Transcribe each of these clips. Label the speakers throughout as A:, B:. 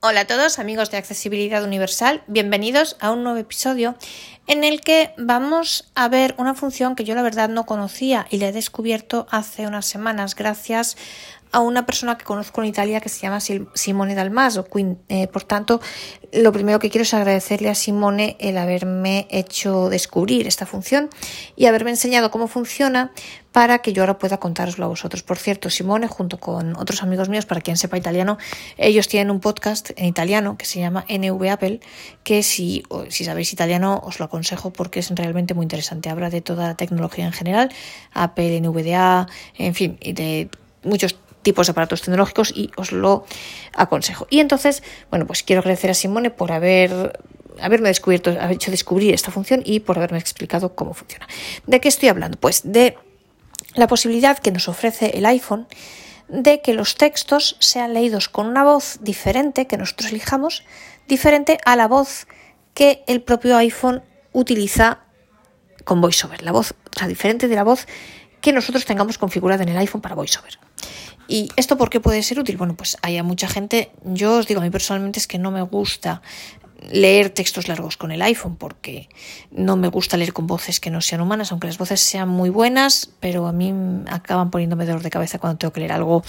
A: Hola a todos amigos de Accesibilidad Universal, bienvenidos a un nuevo episodio en el que vamos a ver una función que yo la verdad no conocía y la he descubierto hace unas semanas gracias a una persona que conozco en Italia que se llama Simone Dalmaso. Eh, por tanto, lo primero que quiero es agradecerle a Simone el haberme hecho descubrir esta función y haberme enseñado cómo funciona para que yo ahora pueda contároslo a vosotros. Por cierto, Simone, junto con otros amigos míos, para quien sepa italiano, ellos tienen un podcast en italiano que se llama NV Apple, que si, si sabéis italiano os lo aconsejo porque es realmente muy interesante. Habla de toda la tecnología en general, Apple, NVDA, en fin, de muchos tipos de aparatos tecnológicos y os lo aconsejo. Y entonces, bueno, pues quiero agradecer a Simone por haber haberme descubierto, haber hecho descubrir esta función y por haberme explicado cómo funciona. ¿De qué estoy hablando? Pues de la posibilidad que nos ofrece el iPhone de que los textos sean leídos con una voz diferente que nosotros elijamos, diferente a la voz que el propio iPhone utiliza con VoiceOver, la voz, o sea, diferente de la voz que nosotros tengamos configurada en el iPhone para VoiceOver. ¿Y esto por qué puede ser útil? Bueno, pues hay a mucha gente, yo os digo, a mí personalmente es que no me gusta leer textos largos con el iPhone porque no me gusta leer con voces que no sean humanas, aunque las voces sean muy buenas, pero a mí acaban poniéndome dolor de cabeza cuando tengo que leer algo,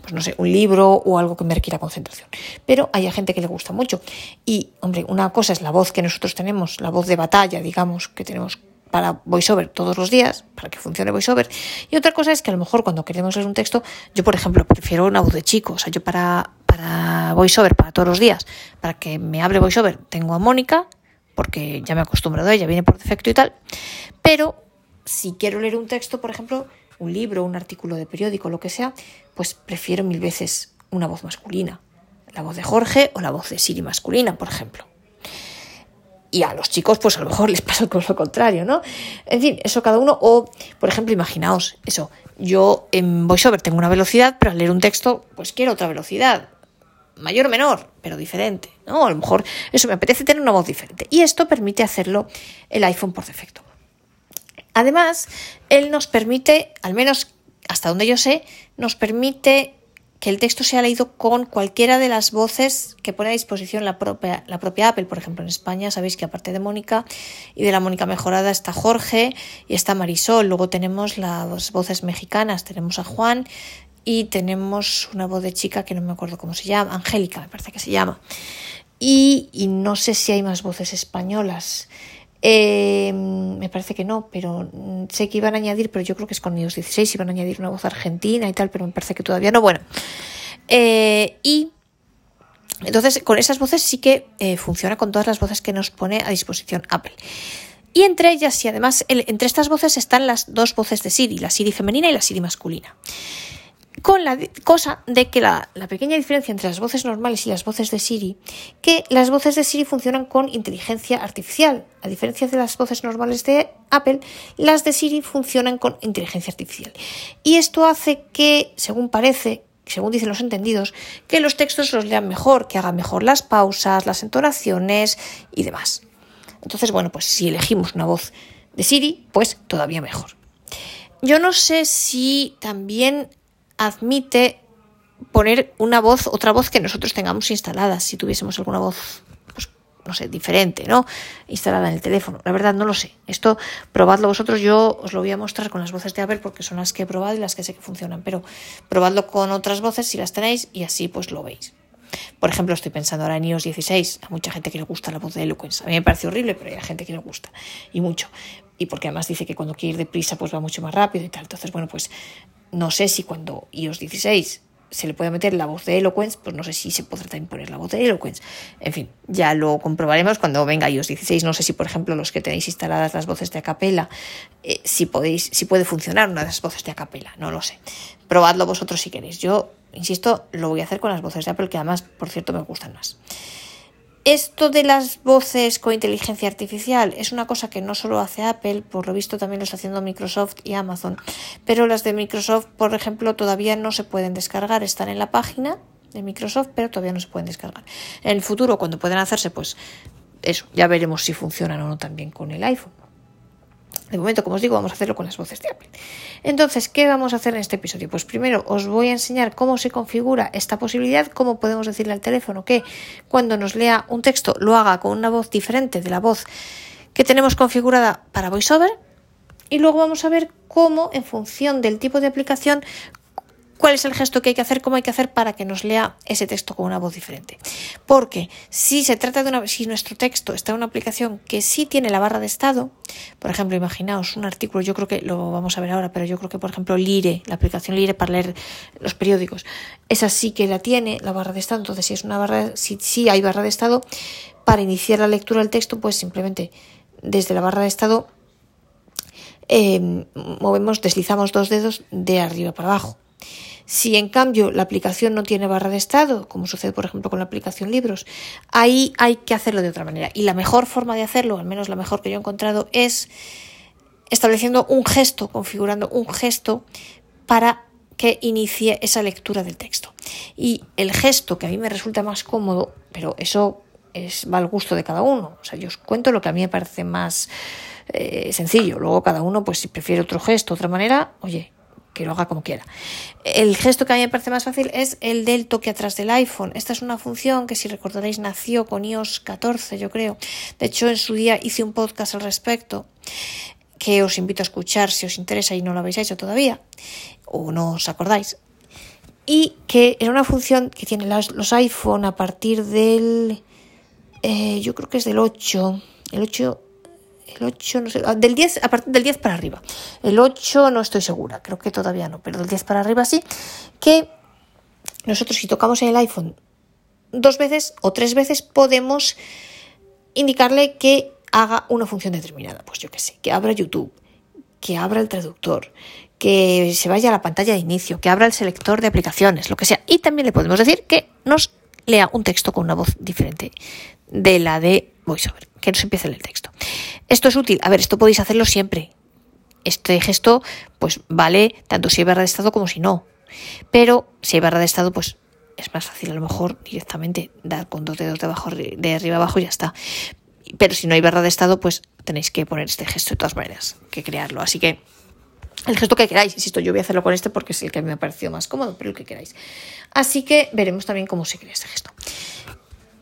A: pues no sé, un libro o algo que me requiera concentración. Pero hay a gente que le gusta mucho. Y, hombre, una cosa es la voz que nosotros tenemos, la voz de batalla, digamos, que tenemos para VoiceOver todos los días, para que funcione VoiceOver. Y otra cosa es que a lo mejor cuando queremos leer un texto, yo por ejemplo prefiero una voz de chico, o sea, yo para, para VoiceOver, para todos los días, para que me hable VoiceOver, tengo a Mónica, porque ya me he acostumbrado a ella, viene por defecto y tal. Pero si quiero leer un texto, por ejemplo, un libro, un artículo de periódico, lo que sea, pues prefiero mil veces una voz masculina. La voz de Jorge o la voz de Siri masculina, por ejemplo y a los chicos pues a lo mejor les pasa con lo contrario, ¿no? En fin, eso cada uno o, por ejemplo, imaginaos eso, yo en VoiceOver tengo una velocidad, pero al leer un texto pues quiero otra velocidad, mayor o menor, pero diferente, ¿no? A lo mejor eso me apetece tener una voz diferente y esto permite hacerlo el iPhone por defecto. Además, él nos permite, al menos hasta donde yo sé, nos permite que el texto sea leído con cualquiera de las voces que pone a disposición la propia, la propia Apple. Por ejemplo, en España sabéis que aparte de Mónica y de la Mónica mejorada está Jorge y está Marisol. Luego tenemos las voces mexicanas, tenemos a Juan y tenemos una voz de chica que no me acuerdo cómo se llama, Angélica me parece que se llama. Y, y no sé si hay más voces españolas. Eh, me parece que no, pero mm, sé que iban a añadir, pero yo creo que es con iOS 16, iban a añadir una voz argentina y tal, pero me parece que todavía no. Bueno, eh, y entonces con esas voces sí que eh, funciona con todas las voces que nos pone a disposición Apple. Y entre ellas, y además, el, entre estas voces están las dos voces de Siri, la Siri femenina y la Siri masculina. Con la cosa de que la, la pequeña diferencia entre las voces normales y las voces de Siri, que las voces de Siri funcionan con inteligencia artificial, a diferencia de las voces normales de Apple, las de Siri funcionan con inteligencia artificial. Y esto hace que, según parece, según dicen los entendidos, que los textos los lean mejor, que hagan mejor las pausas, las entonaciones y demás. Entonces, bueno, pues si elegimos una voz de Siri, pues todavía mejor. Yo no sé si también admite poner una voz, otra voz que nosotros tengamos instalada, si tuviésemos alguna voz pues, no sé, diferente, ¿no? Instalada en el teléfono. La verdad no lo sé. Esto probadlo vosotros. Yo os lo voy a mostrar con las voces de Apple porque son las que he probado y las que sé que funcionan. Pero probadlo con otras voces si las tenéis y así pues lo veis. Por ejemplo, estoy pensando ahora en iOS 16. A mucha gente que le gusta la voz de Eloquence. A mí me parece horrible, pero hay a gente que le gusta. Y mucho. Y porque además dice que cuando quiere ir deprisa pues va mucho más rápido y tal. Entonces, bueno, pues no sé si cuando iOS 16 se le puede meter la voz de Eloquence, pues no sé si se podrá también poner la voz de Eloquence. En fin, ya lo comprobaremos cuando venga iOS 16. No sé si, por ejemplo, los que tenéis instaladas las voces de acapela, eh, si podéis, si puede funcionar una de las voces de acapela, no lo sé. Probadlo vosotros si queréis. Yo, insisto, lo voy a hacer con las voces de Apple, que además, por cierto, me gustan más. Esto de las voces con inteligencia artificial es una cosa que no solo hace Apple, por lo visto también lo está haciendo Microsoft y Amazon. Pero las de Microsoft, por ejemplo, todavía no se pueden descargar, están en la página de Microsoft, pero todavía no se pueden descargar. En el futuro, cuando puedan hacerse, pues eso, ya veremos si funcionan o no también con el iPhone. De momento, como os digo, vamos a hacerlo con las voces de Apple. Entonces, ¿qué vamos a hacer en este episodio? Pues primero os voy a enseñar cómo se configura esta posibilidad, cómo podemos decirle al teléfono que cuando nos lea un texto lo haga con una voz diferente de la voz que tenemos configurada para VoiceOver. Y luego vamos a ver cómo, en función del tipo de aplicación, cuál es el gesto que hay que hacer, cómo hay que hacer para que nos lea ese texto con una voz diferente. Porque si se trata de una, si nuestro texto está en una aplicación que sí tiene la barra de estado, por ejemplo, imaginaos un artículo, yo creo que lo vamos a ver ahora, pero yo creo que por ejemplo Lire, la aplicación Lire para leer los periódicos, esa sí que la tiene la barra de estado, entonces si es una barra, si sí hay barra de estado, para iniciar la lectura del texto, pues simplemente desde la barra de estado eh, movemos, deslizamos dos dedos de arriba para abajo. Si en cambio la aplicación no tiene barra de estado, como sucede por ejemplo con la aplicación libros, ahí hay que hacerlo de otra manera. Y la mejor forma de hacerlo, al menos la mejor que yo he encontrado, es estableciendo un gesto, configurando un gesto para que inicie esa lectura del texto. Y el gesto que a mí me resulta más cómodo, pero eso es, va al gusto de cada uno. O sea, yo os cuento lo que a mí me parece más eh, sencillo. Luego cada uno, pues si prefiere otro gesto, otra manera, oye, que lo haga como quiera. El gesto que a mí me parece más fácil es el del toque atrás del iPhone. Esta es una función que, si recordaréis, nació con iOS 14, yo creo. De hecho, en su día hice un podcast al respecto que os invito a escuchar si os interesa y no lo habéis hecho todavía o no os acordáis. Y que era una función que tienen los iPhone a partir del... Eh, yo creo que es del 8. El 8 el 8, no sé, ah, del 10, a partir del 10 para arriba. El 8 no estoy segura, creo que todavía no, pero del 10 para arriba sí, que nosotros si tocamos en el iPhone dos veces o tres veces podemos indicarle que haga una función determinada, pues yo qué sé, que abra YouTube, que abra el traductor, que se vaya a la pantalla de inicio, que abra el selector de aplicaciones, lo que sea. Y también le podemos decir que nos lea un texto con una voz diferente de la de VoiceOver, que nos empiece el texto. Esto es útil. A ver, esto podéis hacerlo siempre. Este gesto, pues vale tanto si hay barra de estado como si no. Pero si hay barra de estado, pues es más fácil a lo mejor directamente dar con dos dedos de, abajo, de arriba abajo y ya está. Pero si no hay barra de estado, pues tenéis que poner este gesto de todas maneras, que crearlo. Así que el gesto que queráis, insisto, yo voy a hacerlo con este porque es el que me ha parecido más cómodo, pero el que queráis. Así que veremos también cómo se crea este gesto.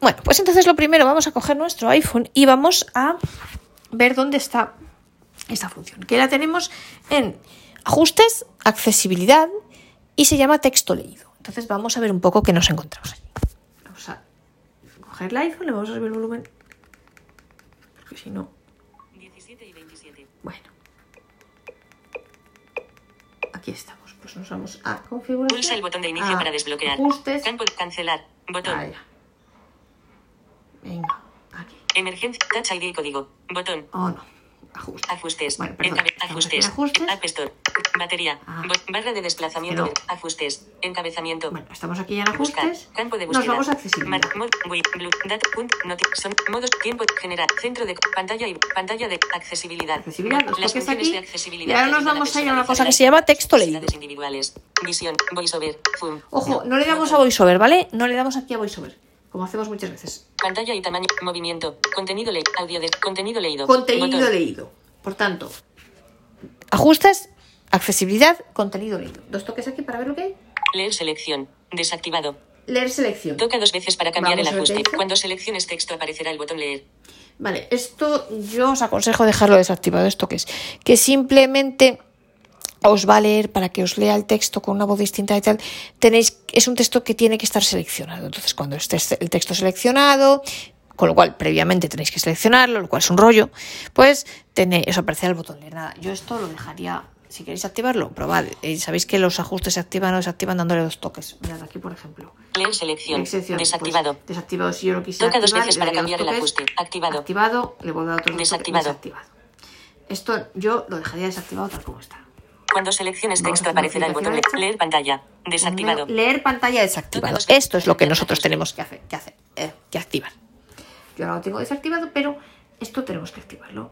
A: Bueno, pues entonces lo primero, vamos a coger nuestro iPhone y vamos a ver dónde está esta función, que la tenemos en ajustes, accesibilidad y se llama texto leído. Entonces vamos a ver un poco qué nos encontramos allí. Vamos a coger el iPhone, le vamos a subir el volumen, porque si no...
B: 17 y 27.
A: Bueno. Aquí estamos, pues nos vamos a configurar.
B: Pulsa el botón de inicio para desbloquear.
A: Ah, Ajustes.
B: Campo cancelar. Botón.
A: Ah, ya. Venga, aquí.
B: Emergencia. Touch ID código. Botón.
A: Oh, no. Ajustes.
B: Ajustes.
A: Bueno, perdón.
B: Encabe-
A: Vamos aquí en
B: ajustes.
A: ajustes.
B: App Store. Batería.
A: Ah.
B: Bo- barra de desplazamiento.
A: Pero-
B: Ajustes. Encabezamiento.
A: Bueno, estamos aquí ya en
B: Buscar.
A: ajustes.
B: Campo de
A: Nos
B: búsqueda.
A: vamos a accesibilidad.
B: Mar- mod- wi- blue- dat- punt- noti- son- modos. Tiempo. General. Centro de pantalla y pantalla de accesibilidad.
A: Accesibilidad, los
B: Las
A: toques
B: funciones
A: aquí.
B: de accesibilidad.
A: Y ahora nos
B: ayudan
A: vamos a ir a una
B: personalizar
A: cosa que
B: las
A: se llama texto leído.
B: necesidades Individuales. Visión. Voiceover. Zoom.
A: Ojo, no le damos a voiceover, ¿vale? No le damos aquí a voiceover, como hacemos muchas veces.
B: Pantalla y tamaño. Movimiento. Contenido leído. Audio de contenido leído.
A: Contenido
B: Botón.
A: leído. Por tanto, ajustes, accesibilidad, contenido leído. Dos toques aquí para ver lo que hay.
B: Leer selección. Desactivado.
A: Leer selección.
B: Toca dos veces para cambiar
A: Vamos
B: el
A: a ver qué
B: ajuste.
A: dice.
B: Cuando selecciones texto aparecerá el botón leer.
A: Vale, esto yo os aconsejo dejarlo desactivado, esto que es, que simplemente os va a leer para que os lea el texto con una voz distinta y tal, tenéis, es un texto que tiene que estar seleccionado. Entonces, cuando esté el texto seleccionado, con lo cual previamente tenéis que seleccionarlo, lo cual es un rollo, pues tenéis, os aparecerá el botón leer nada. Yo esto lo dejaría, si queréis activarlo, probad. Eh, Sabéis que los ajustes se activan o desactivan dándole dos toques. Mirad aquí, por ejemplo.
B: Leer selección.
A: Excepción, pues,
B: Desactivado.
A: desactivado si yo lo quisiera.
B: Toca dos
A: activar,
B: veces
A: le doy
B: para cambiar el
A: toques.
B: ajuste. Activado.
A: Activado, le vuelvo a dar otro
B: Desactivado.
A: desactivado. Esto yo lo dejaría desactivado tal como está.
B: Cuando selecciones
A: Vamos
B: texto
A: a hacer una
B: aparecerá el botón
A: aplicación
B: leer. Leer pantalla. Desactivado.
A: Primero, Leer pantalla desactivado.
B: Toca dos veces
A: Esto es lo que
B: para cambiar el
A: nosotros
B: ajuste.
A: tenemos que hacer, que hacer, eh, que activar. Yo ahora lo tengo desactivado, pero esto tenemos que activarlo.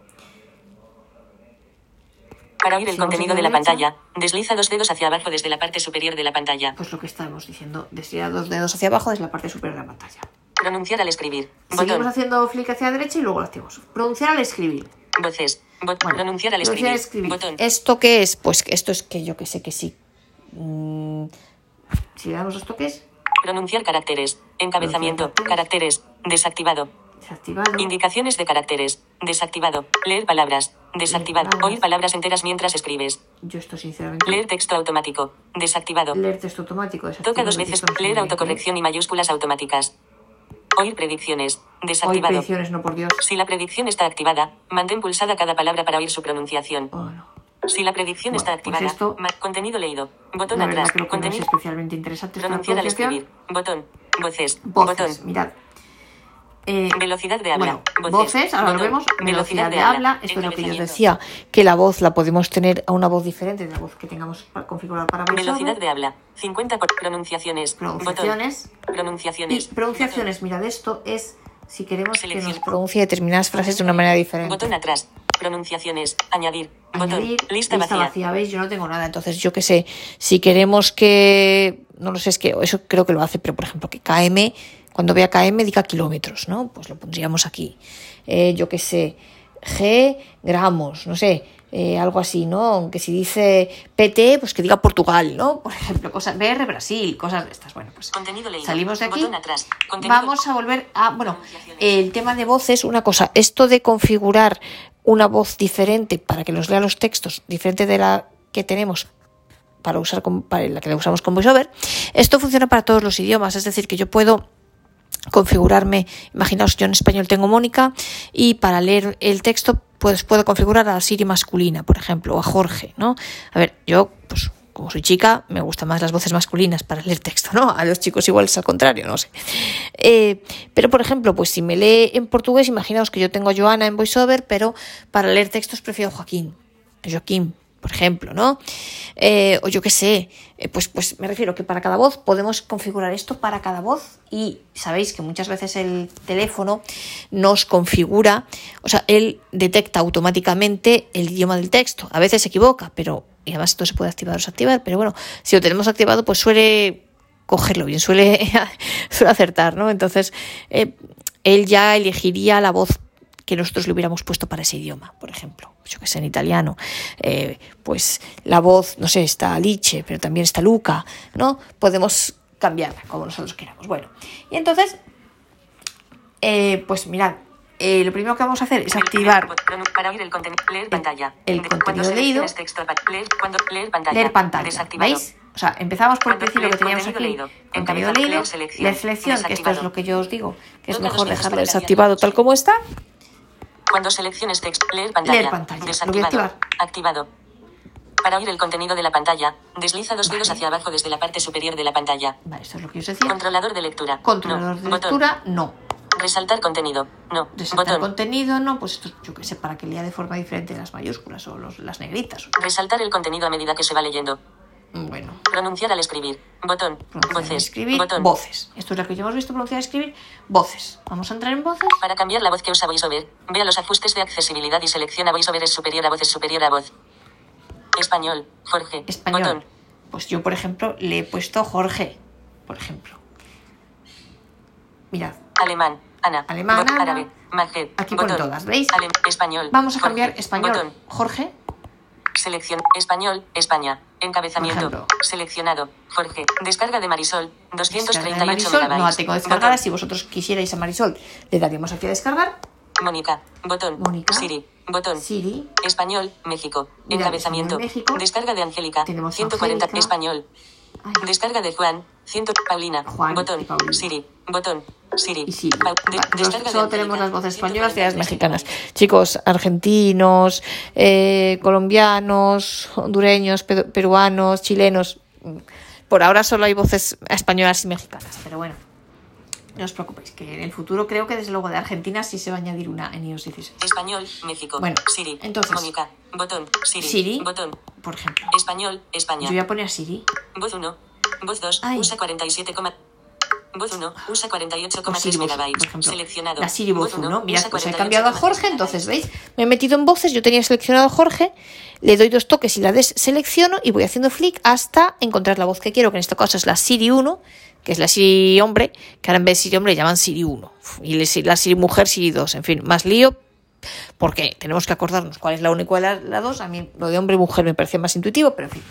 B: Para oír
A: Si
B: el
A: vamos a
B: contenido
A: la
B: de la
A: derecha.
B: pantalla, desliza dos dedos hacia abajo desde la parte superior de la pantalla.
A: Pues lo que estábamos diciendo, desliza dos dedos hacia abajo desde la parte superior de la pantalla.
B: Pronunciar al escribir.
A: Seguimos
B: Botón.
A: haciendo flick hacia la derecha y luego lo activamos. Pronunciar al escribir.
B: Voces. Bot-
A: Bueno,
B: pronunciar
C: pronunciar
B: al escribir.
C: al escribir.
B: Botón.
A: ¿Esto qué es? Pues esto es que yo que sé que sí. Mm,
C: Si le damos los toques,
B: Pronunciar caracteres. Encabezamiento.
C: Pronunciar
B: Caracteres. Desactivado.
C: desactivado.
B: Indicaciones de caracteres. Desactivado. Leer palabras. Desactivado.
C: palabras.
B: Oír palabras enteras mientras escribes.
C: Yo esto sinceramente.
B: Leer texto automático. Desactivado.
C: Leer texto automático. desactivado.
B: Toca dos veces.
C: Esto no se
B: Leer
C: debería
B: autocorrección y mayúsculas automáticas. Oír predicciones.
C: hacer. Hoy
B: Desactivado.
C: predicciones, no por Dios.
B: Si la predicción está activada, mantén pulsada cada palabra para oír su pronunciación.
C: Oh, no.
B: Si la predicción está
C: Bueno, pues
B: activada,
C: esto-
B: ma- contenido leído. Botón
C: La verdad
B: atrás.
C: creo que no es
B: Contenido.
C: especialmente interesante. esta
B: Pronunciar al
C: pronunciación.
B: escribir. Botón. Voces.
C: Voces,
B: Botón.
C: mirad. Eh,
B: Velocidad de habla.
C: Bueno, voces, ahora lo
B: Botón.
C: vemos. Velocidad, de, habla. Esto es lo que yo os
B: Encabezamiento.
A: decía, que la voz la podemos tener a una voz diferente.
C: Diferente de la voz que tengamos pa- configurada para ver
B: Velocidad de habla. 50 por pronunciaciones.
C: pronunciaciones.
B: Botón. Pronunciaciones.
C: Y pronunciaciones, mirad, esto es si queremos que nos
B: Selección.
C: pronuncie.
A: Pronuncia determinadas frases de una manera
B: Botón.
A: diferente.
B: Botón atrás. Pronunciaciones. Añadir. Botón.
C: Añadir,
B: Lista, vacía.
C: ¿Veis? Yo no tengo
A: nada.
C: nada.
A: Entonces, yo qué sé, si queremos que, no lo sé, es que eso creo que lo hace, pero por ejemplo, que KM, cuando vea KM, diga kilómetros, ¿no? Pues lo pondríamos aquí. Eh, yo qué sé, G gramos, no sé, eh, algo así, ¿no? Aunque si dice PT, pues que diga Portugal, ¿no? Por ejemplo, cosas, BR Brasil, cosas de estas. Bueno, pues
B: Contenido leído.
C: Salimos de aquí.
B: Botón atrás. Contenido-
C: Vamos a volver a. Bueno,
A: el tema de voces, una cosa, esto de configurar una voz diferente para que nos lea los textos, diferente de la que tenemos para usar con- para la que usamos con VoiceOver, esto funciona para todos los idiomas, es decir, que yo puedo configurarme, imaginaos, yo en español tengo Mónica y para leer el texto pues puedo configurar a Siri masculina, por ejemplo, o a Jorge, ¿no? A ver, yo pues como soy chica, me gustan más las voces masculinas para leer texto, ¿no? A los chicos igual es al contrario, no sé. Eh, pero, por ejemplo, pues si me lee en portugués, imaginaos que yo tengo a Joana en VoiceOver, pero para leer textos prefiero a Joaquín. Joaquín, por ejemplo, ¿no? Eh, o yo qué sé, eh, pues, pues me refiero que para cada voz podemos configurar esto para cada voz y sabéis que muchas veces el teléfono nos configura, o sea, él detecta automáticamente el idioma del texto, a veces se equivoca, pero y además esto se puede activar o desactivar, pero bueno, si lo tenemos activado pues suele cogerlo bien, suele, suele acertar, ¿no? Entonces, eh, él ya elegiría la voz que nosotros le hubiéramos puesto para ese idioma, por ejemplo, yo que sé, en italiano, eh, pues la voz, no sé, está Alice, pero también está Luca, ¿no? Podemos cambiarla como nosotros queramos. Bueno, y entonces, eh, pues mirad, eh, lo primero que vamos a hacer es activar
B: Botón. Para oír el contenido. Leer pantalla.
C: el
B: De-
C: contenido
B: cuando selecciones
C: leído.
B: Texto, pa- leer, cuando, leer pantalla.
C: leer pantalla.
B: Desactivado.
C: ¿Veis? O sea, empezamos por el
B: Cuando
C: principio que
B: lees
C: teníamos
B: contenido
C: aquí.
B: leído.
C: Contenido leído,
B: Empezar
C: leer
B: leer selección.
C: selección, que esto es
B: Desactivado.
C: lo que yo os digo, que es
B: Nunca
C: mejor
B: los dejes
C: dejarlo
B: para
C: desactivado tal como está.
B: Cuando selecciones texto, leer pantalla.
C: Leer pantalla. Lo voy a
B: Desactivado.
C: activar.
B: Activado. Para oír el contenido de la pantalla, desliza dos dedos hacia abajo desde la parte superior de la pantalla.
C: Vale, esto es lo que yo os decía.
B: Controlador de lectura.
C: Controlador
B: No.
C: de
B: Botón.
C: lectura, no.
B: Resaltar contenido. No.
C: Resaltar
B: Botón.
C: contenido, no. Pues esto, yo qué sé, para que lea de forma diferente las mayúsculas o los- las negritas. o-
B: Resaltar el contenido a medida que se va leyendo.
C: Bueno,
B: Pronunciar al escribir. Botón.
C: pronunciar
B: Voces.
C: escribir,
B: Botón.
C: voces. Esto es lo que ya hemos visto pronunciar y escribir, voces. Vamos a entrar en voces.
B: Para cambiar la voz que usa VoiceOver, ve a los ajustes de accesibilidad y selecciona VoiceOver es superior a voz es superior a voz. Español, Jorge.
C: Español.
B: Botón.
C: Pues yo, por ejemplo, le he puesto Jorge, por ejemplo. Mirad,
B: Alemán, Ana.
C: Alemán,
B: Bot-
C: Ana.
B: árabe, Majed.
C: Aquí pone todas, ¿veis?
B: Alem- español.
C: vamos a
B: Jorge.
C: cambiar español.
B: Botón.
C: Jorge,
B: Selección. Español, España. Encabezamiento.
C: Por ejemplo.
B: Seleccionado. Jorge. Descarga de Marisol.
C: descarga
B: 238
C: de Marisol, no la
B: megabytes.
C: tengo descargada.
B: Botón.
C: Si vosotros quisierais a Marisol, le daríamos aquí a descargar.
B: Mónica. Botón.
C: Mónica.
B: Siri. Botón.
C: Siri,
B: Español, México.
C: Mira,
B: Encabezamiento.
C: Español, México.
B: Descarga de Angélica.
C: Tenemos
B: 140.
C: Angélica.
B: Español.
C: Ay,
B: Descarga de Juan. 100. Paulina.
C: Juan y
B: botón.
C: Paulina.
B: Siri. Botón. Siri.
C: y Siri.
B: Pau- de-
C: Vale, pues
B: descarga de
C: solo
B: Angélica,
C: tenemos las voces españolas y las
B: 143
A: mexicanas. Chicos, argentinos, eh, colombianos, hondureños, peru- peruanos, chilenos. Por ahora solo hay voces españolas y mexicanas.
C: Pero bueno, no os preocupéis, que en el futuro creo que desde luego de Argentina sí se va a añadir una en iOS 16.
B: Español, México.
C: Bueno,
B: Siri.
C: entonces-
B: Mónica. Botón. Siri.
C: Siri,
B: Botón.
C: por ejemplo.
B: Español, España.
C: Yo voy a poner Siri.
B: Voz 1. Voz 2.
C: Ay.
B: Usa 47, coma- Voz 1. Usa
C: O
B: 48,3
C: Pues Siri Voz,
B: megabytes.
C: por ejemplo.
B: Seleccionado.
C: La Siri Voz
B: uno,
C: 1. Mirad,
B: usa
C: pues he
B: 48,3
C: cambiado a Jorge, entonces,
B: megabytes.
C: ¿veis?
A: Me he metido en voces, yo tenía seleccionado a Jorge, le doy dos toques y la deselecciono y voy haciendo flick hasta encontrar la voz que quiero, que en este caso es la Siri 1, que es la Siri hombre, que ahora en vez de Siri hombre le llaman Siri 1. Y le- la Siri mujer, Siri 2, en fin, más lío,
D: porque tenemos que acordarnos cuál es la 1 y cuál es la 2. A mí lo de hombre y mujer me parece más intuitivo, pero en fin,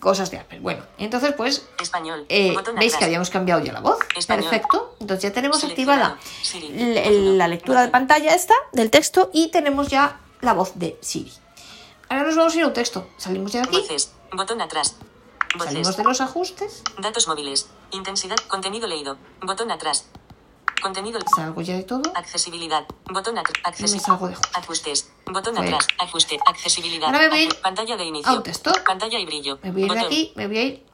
D: cosas de Apple. Bueno, entonces pues
B: Español.
A: eh,
B: Botón
A: veis
B: atrás.
A: que habíamos cambiado ya la voz.
B: Español.
A: Perfecto. Entonces ya tenemos
B: Seleccionado.
A: activada
B: Siri.
A: l- el- la lectura de pantalla esta del texto y tenemos ya la voz de Siri. Ahora nos vamos a ir a un texto. Salimos ya de aquí.
B: Voces. Botón atrás. Voces.
A: Salimos de los ajustes.
B: Datos móviles. Intensidad. Contenido leído. Botón atrás. Contenido.
A: Salgo ya de todo.
B: Ah, Accesibilidad. Botón atrás.
A: Y me
B: Accesibilidad.
A: salgo de juego.
B: Ajustes. Botón
A: Bueno.
B: atrás. Ajuste. Accesibilidad.
A: Ahora me voy a ir
B: Pantalla de inicio.
A: a un texto.
B: Pantalla y brillo.
A: Me voy a ir de
B: Botón.
A: aquí. Me voy a ir.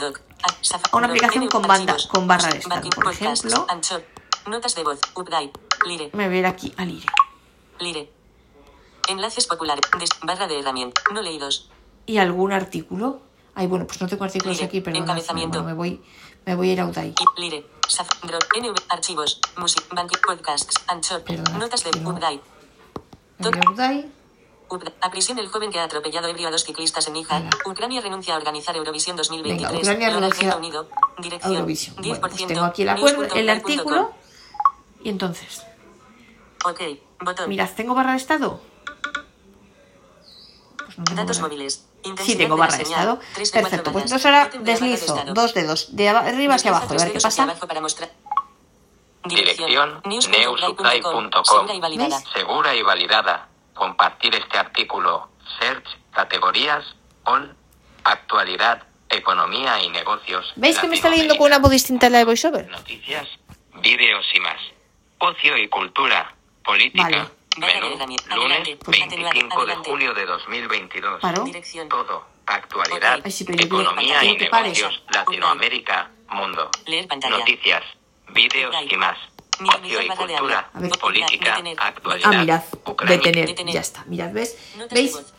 B: Doc. Ah, Safari.
A: Una aplicación con banda-
B: Archivos.
A: con barra de estado,
B: Backing
A: por
B: podcasts.
A: ejemplo.
B: Anchor. Notas de voz. Update. Lire.
A: Me voy a ir aquí al IRE.
B: Lire. Enlaces populares. Des- barra de herramientas. No leídos.
A: y algún artículo. Ay, bueno, pues no tengo artículos
B: Mire,
A: aquí, perdón.
B: encabezamiento.
A: me voy, me voy a ir a Uday.
B: Y- Lire. Saf. Drop. NV. Archivos. Music. Banking. Podcasts. Anchor.
A: Perdona,
B: Notas de
A: que no-
B: Update.
A: Me voy a Uday.
B: Update. A prisión el joven que ha atropellado ebrio a dos ciclistas en Níjar.
A: Ala.
B: Ucrania renuncia a organizar Eurovisión 2023.
A: Venga, Ucrania
B: Lo del
A: renuncia
B: Reino Unido. Dirección.
A: Eurovisión. Bueno,
B: 10%.
A: pues tengo aquí el, acuerdo, el artículo. Y entonces,
B: Ok. Botón.
A: mirad, ¿tengo barra de estado? Pues no tengo
B: Datos
A: barra.
B: móviles.
A: Sí,
B: Intensidad
A: tengo
B: de
A: barra
B: la
A: de
B: señal,
A: estado.
B: tres de cuatro
A: Perfecto, pues
B: bandas,
A: entonces ahora
B: siete de la barra de
A: deslizo
B: estado.
A: dos dedos de ab- arriba hacia
B: Desliza
A: abajo, a
B: tres
A: ver qué
B: dedos hacia
A: pasa.
B: abajo para mostrar.
E: Dirección,
B: news.play.com,
E: news.play.com.
B: segura y validada.
A: ¿Ves?
E: Segura y validada. Compartir este artículo. Search, categorías, all, actualidad, economía y negocios.
D: ¿Veis que me está leyendo con una voz distinta a la de VoiceOver?
E: Noticias, vídeos y más. Ocio y cultura. Política.
A: Vale.
E: Menú,
B: Vale, Dani, adelante.
E: lunes
B: Pues atenuar,
E: 25 de
B: adelante.
E: julio de 2022.
A: Paro.
B: Dirección.
E: Todo. Actualidad,
B: Ay,
A: sí, pero yo quiero-
E: economía
A: quiero
E: y
A: que pares.
E: negocios. Latinoamérica, mundo.
B: Leer pantalla.
E: Noticias, vídeos
B: Ahí.
E: y más.
B: Mira,
E: Ocio
B: mira,
E: y
B: barra de
E: cultura,
B: habla. A ver.
E: política,
B: Detener.
E: actualidad.
A: Ah, mirad,
E: Ucrania.
A: detener,
B: Detener.
A: ya está. Mirad, ¿ves?
B: Notas de
A: ¿Veis?
B: voz.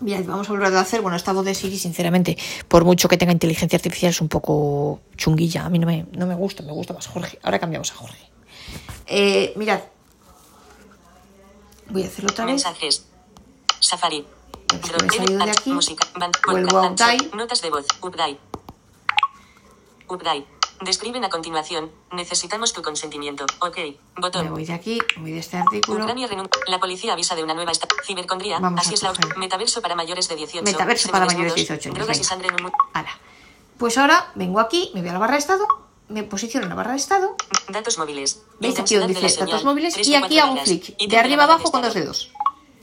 A: Mirad, vamos a volver a hacer, bueno, esta voz de Siri, sinceramente.
D: Sinceramente, por mucho que tenga inteligencia artificial, es un poco chunguilla. A mí no me, no me gusta, me gusta más Jorge. Ahora cambiamos a Jorge.
A: Eh, mirad. Voy a hacerlo otra vez.
B: Mensajes. Safari.
A: Pues que me he salido de aquí.
B: Música. Ban-
A: Vuelvo
B: podcast,
A: a Uday.
B: ancho, Notas de voz. Update. Update. Describen a continuación. Necesitamos tu consentimiento. Ok.
A: Me
B: Botón.
A: voy de aquí, me voy de este artículo.
B: Ucrania renun- La policía avisa de una nueva esta- cibercondría.
A: Vamos
B: Así
A: a
B: es la
A: coger.
B: metaverso para mayores de 18.
A: Metaverso para mayores de
B: semidesnudos,
A: 18 años,
B: Drogas y
A: venga.
B: sangre en un mu-
A: Ala. Pues ahora vengo aquí, me voy a la barra de estado, me posiciono en la barra de estado.
B: Datos móviles.
A: ¿Veis aquí
B: Intensidad
A: donde
B: de la
A: dice
B: señal,
A: datos móviles?
B: tres
A: Y
B: de
A: aquí
B: cuatro
A: hago un
B: horas.
A: clic.
B: Ítem
A: De arriba
B: la barra
A: abajo con
B: de
A: dos
B: estado.
A: dedos.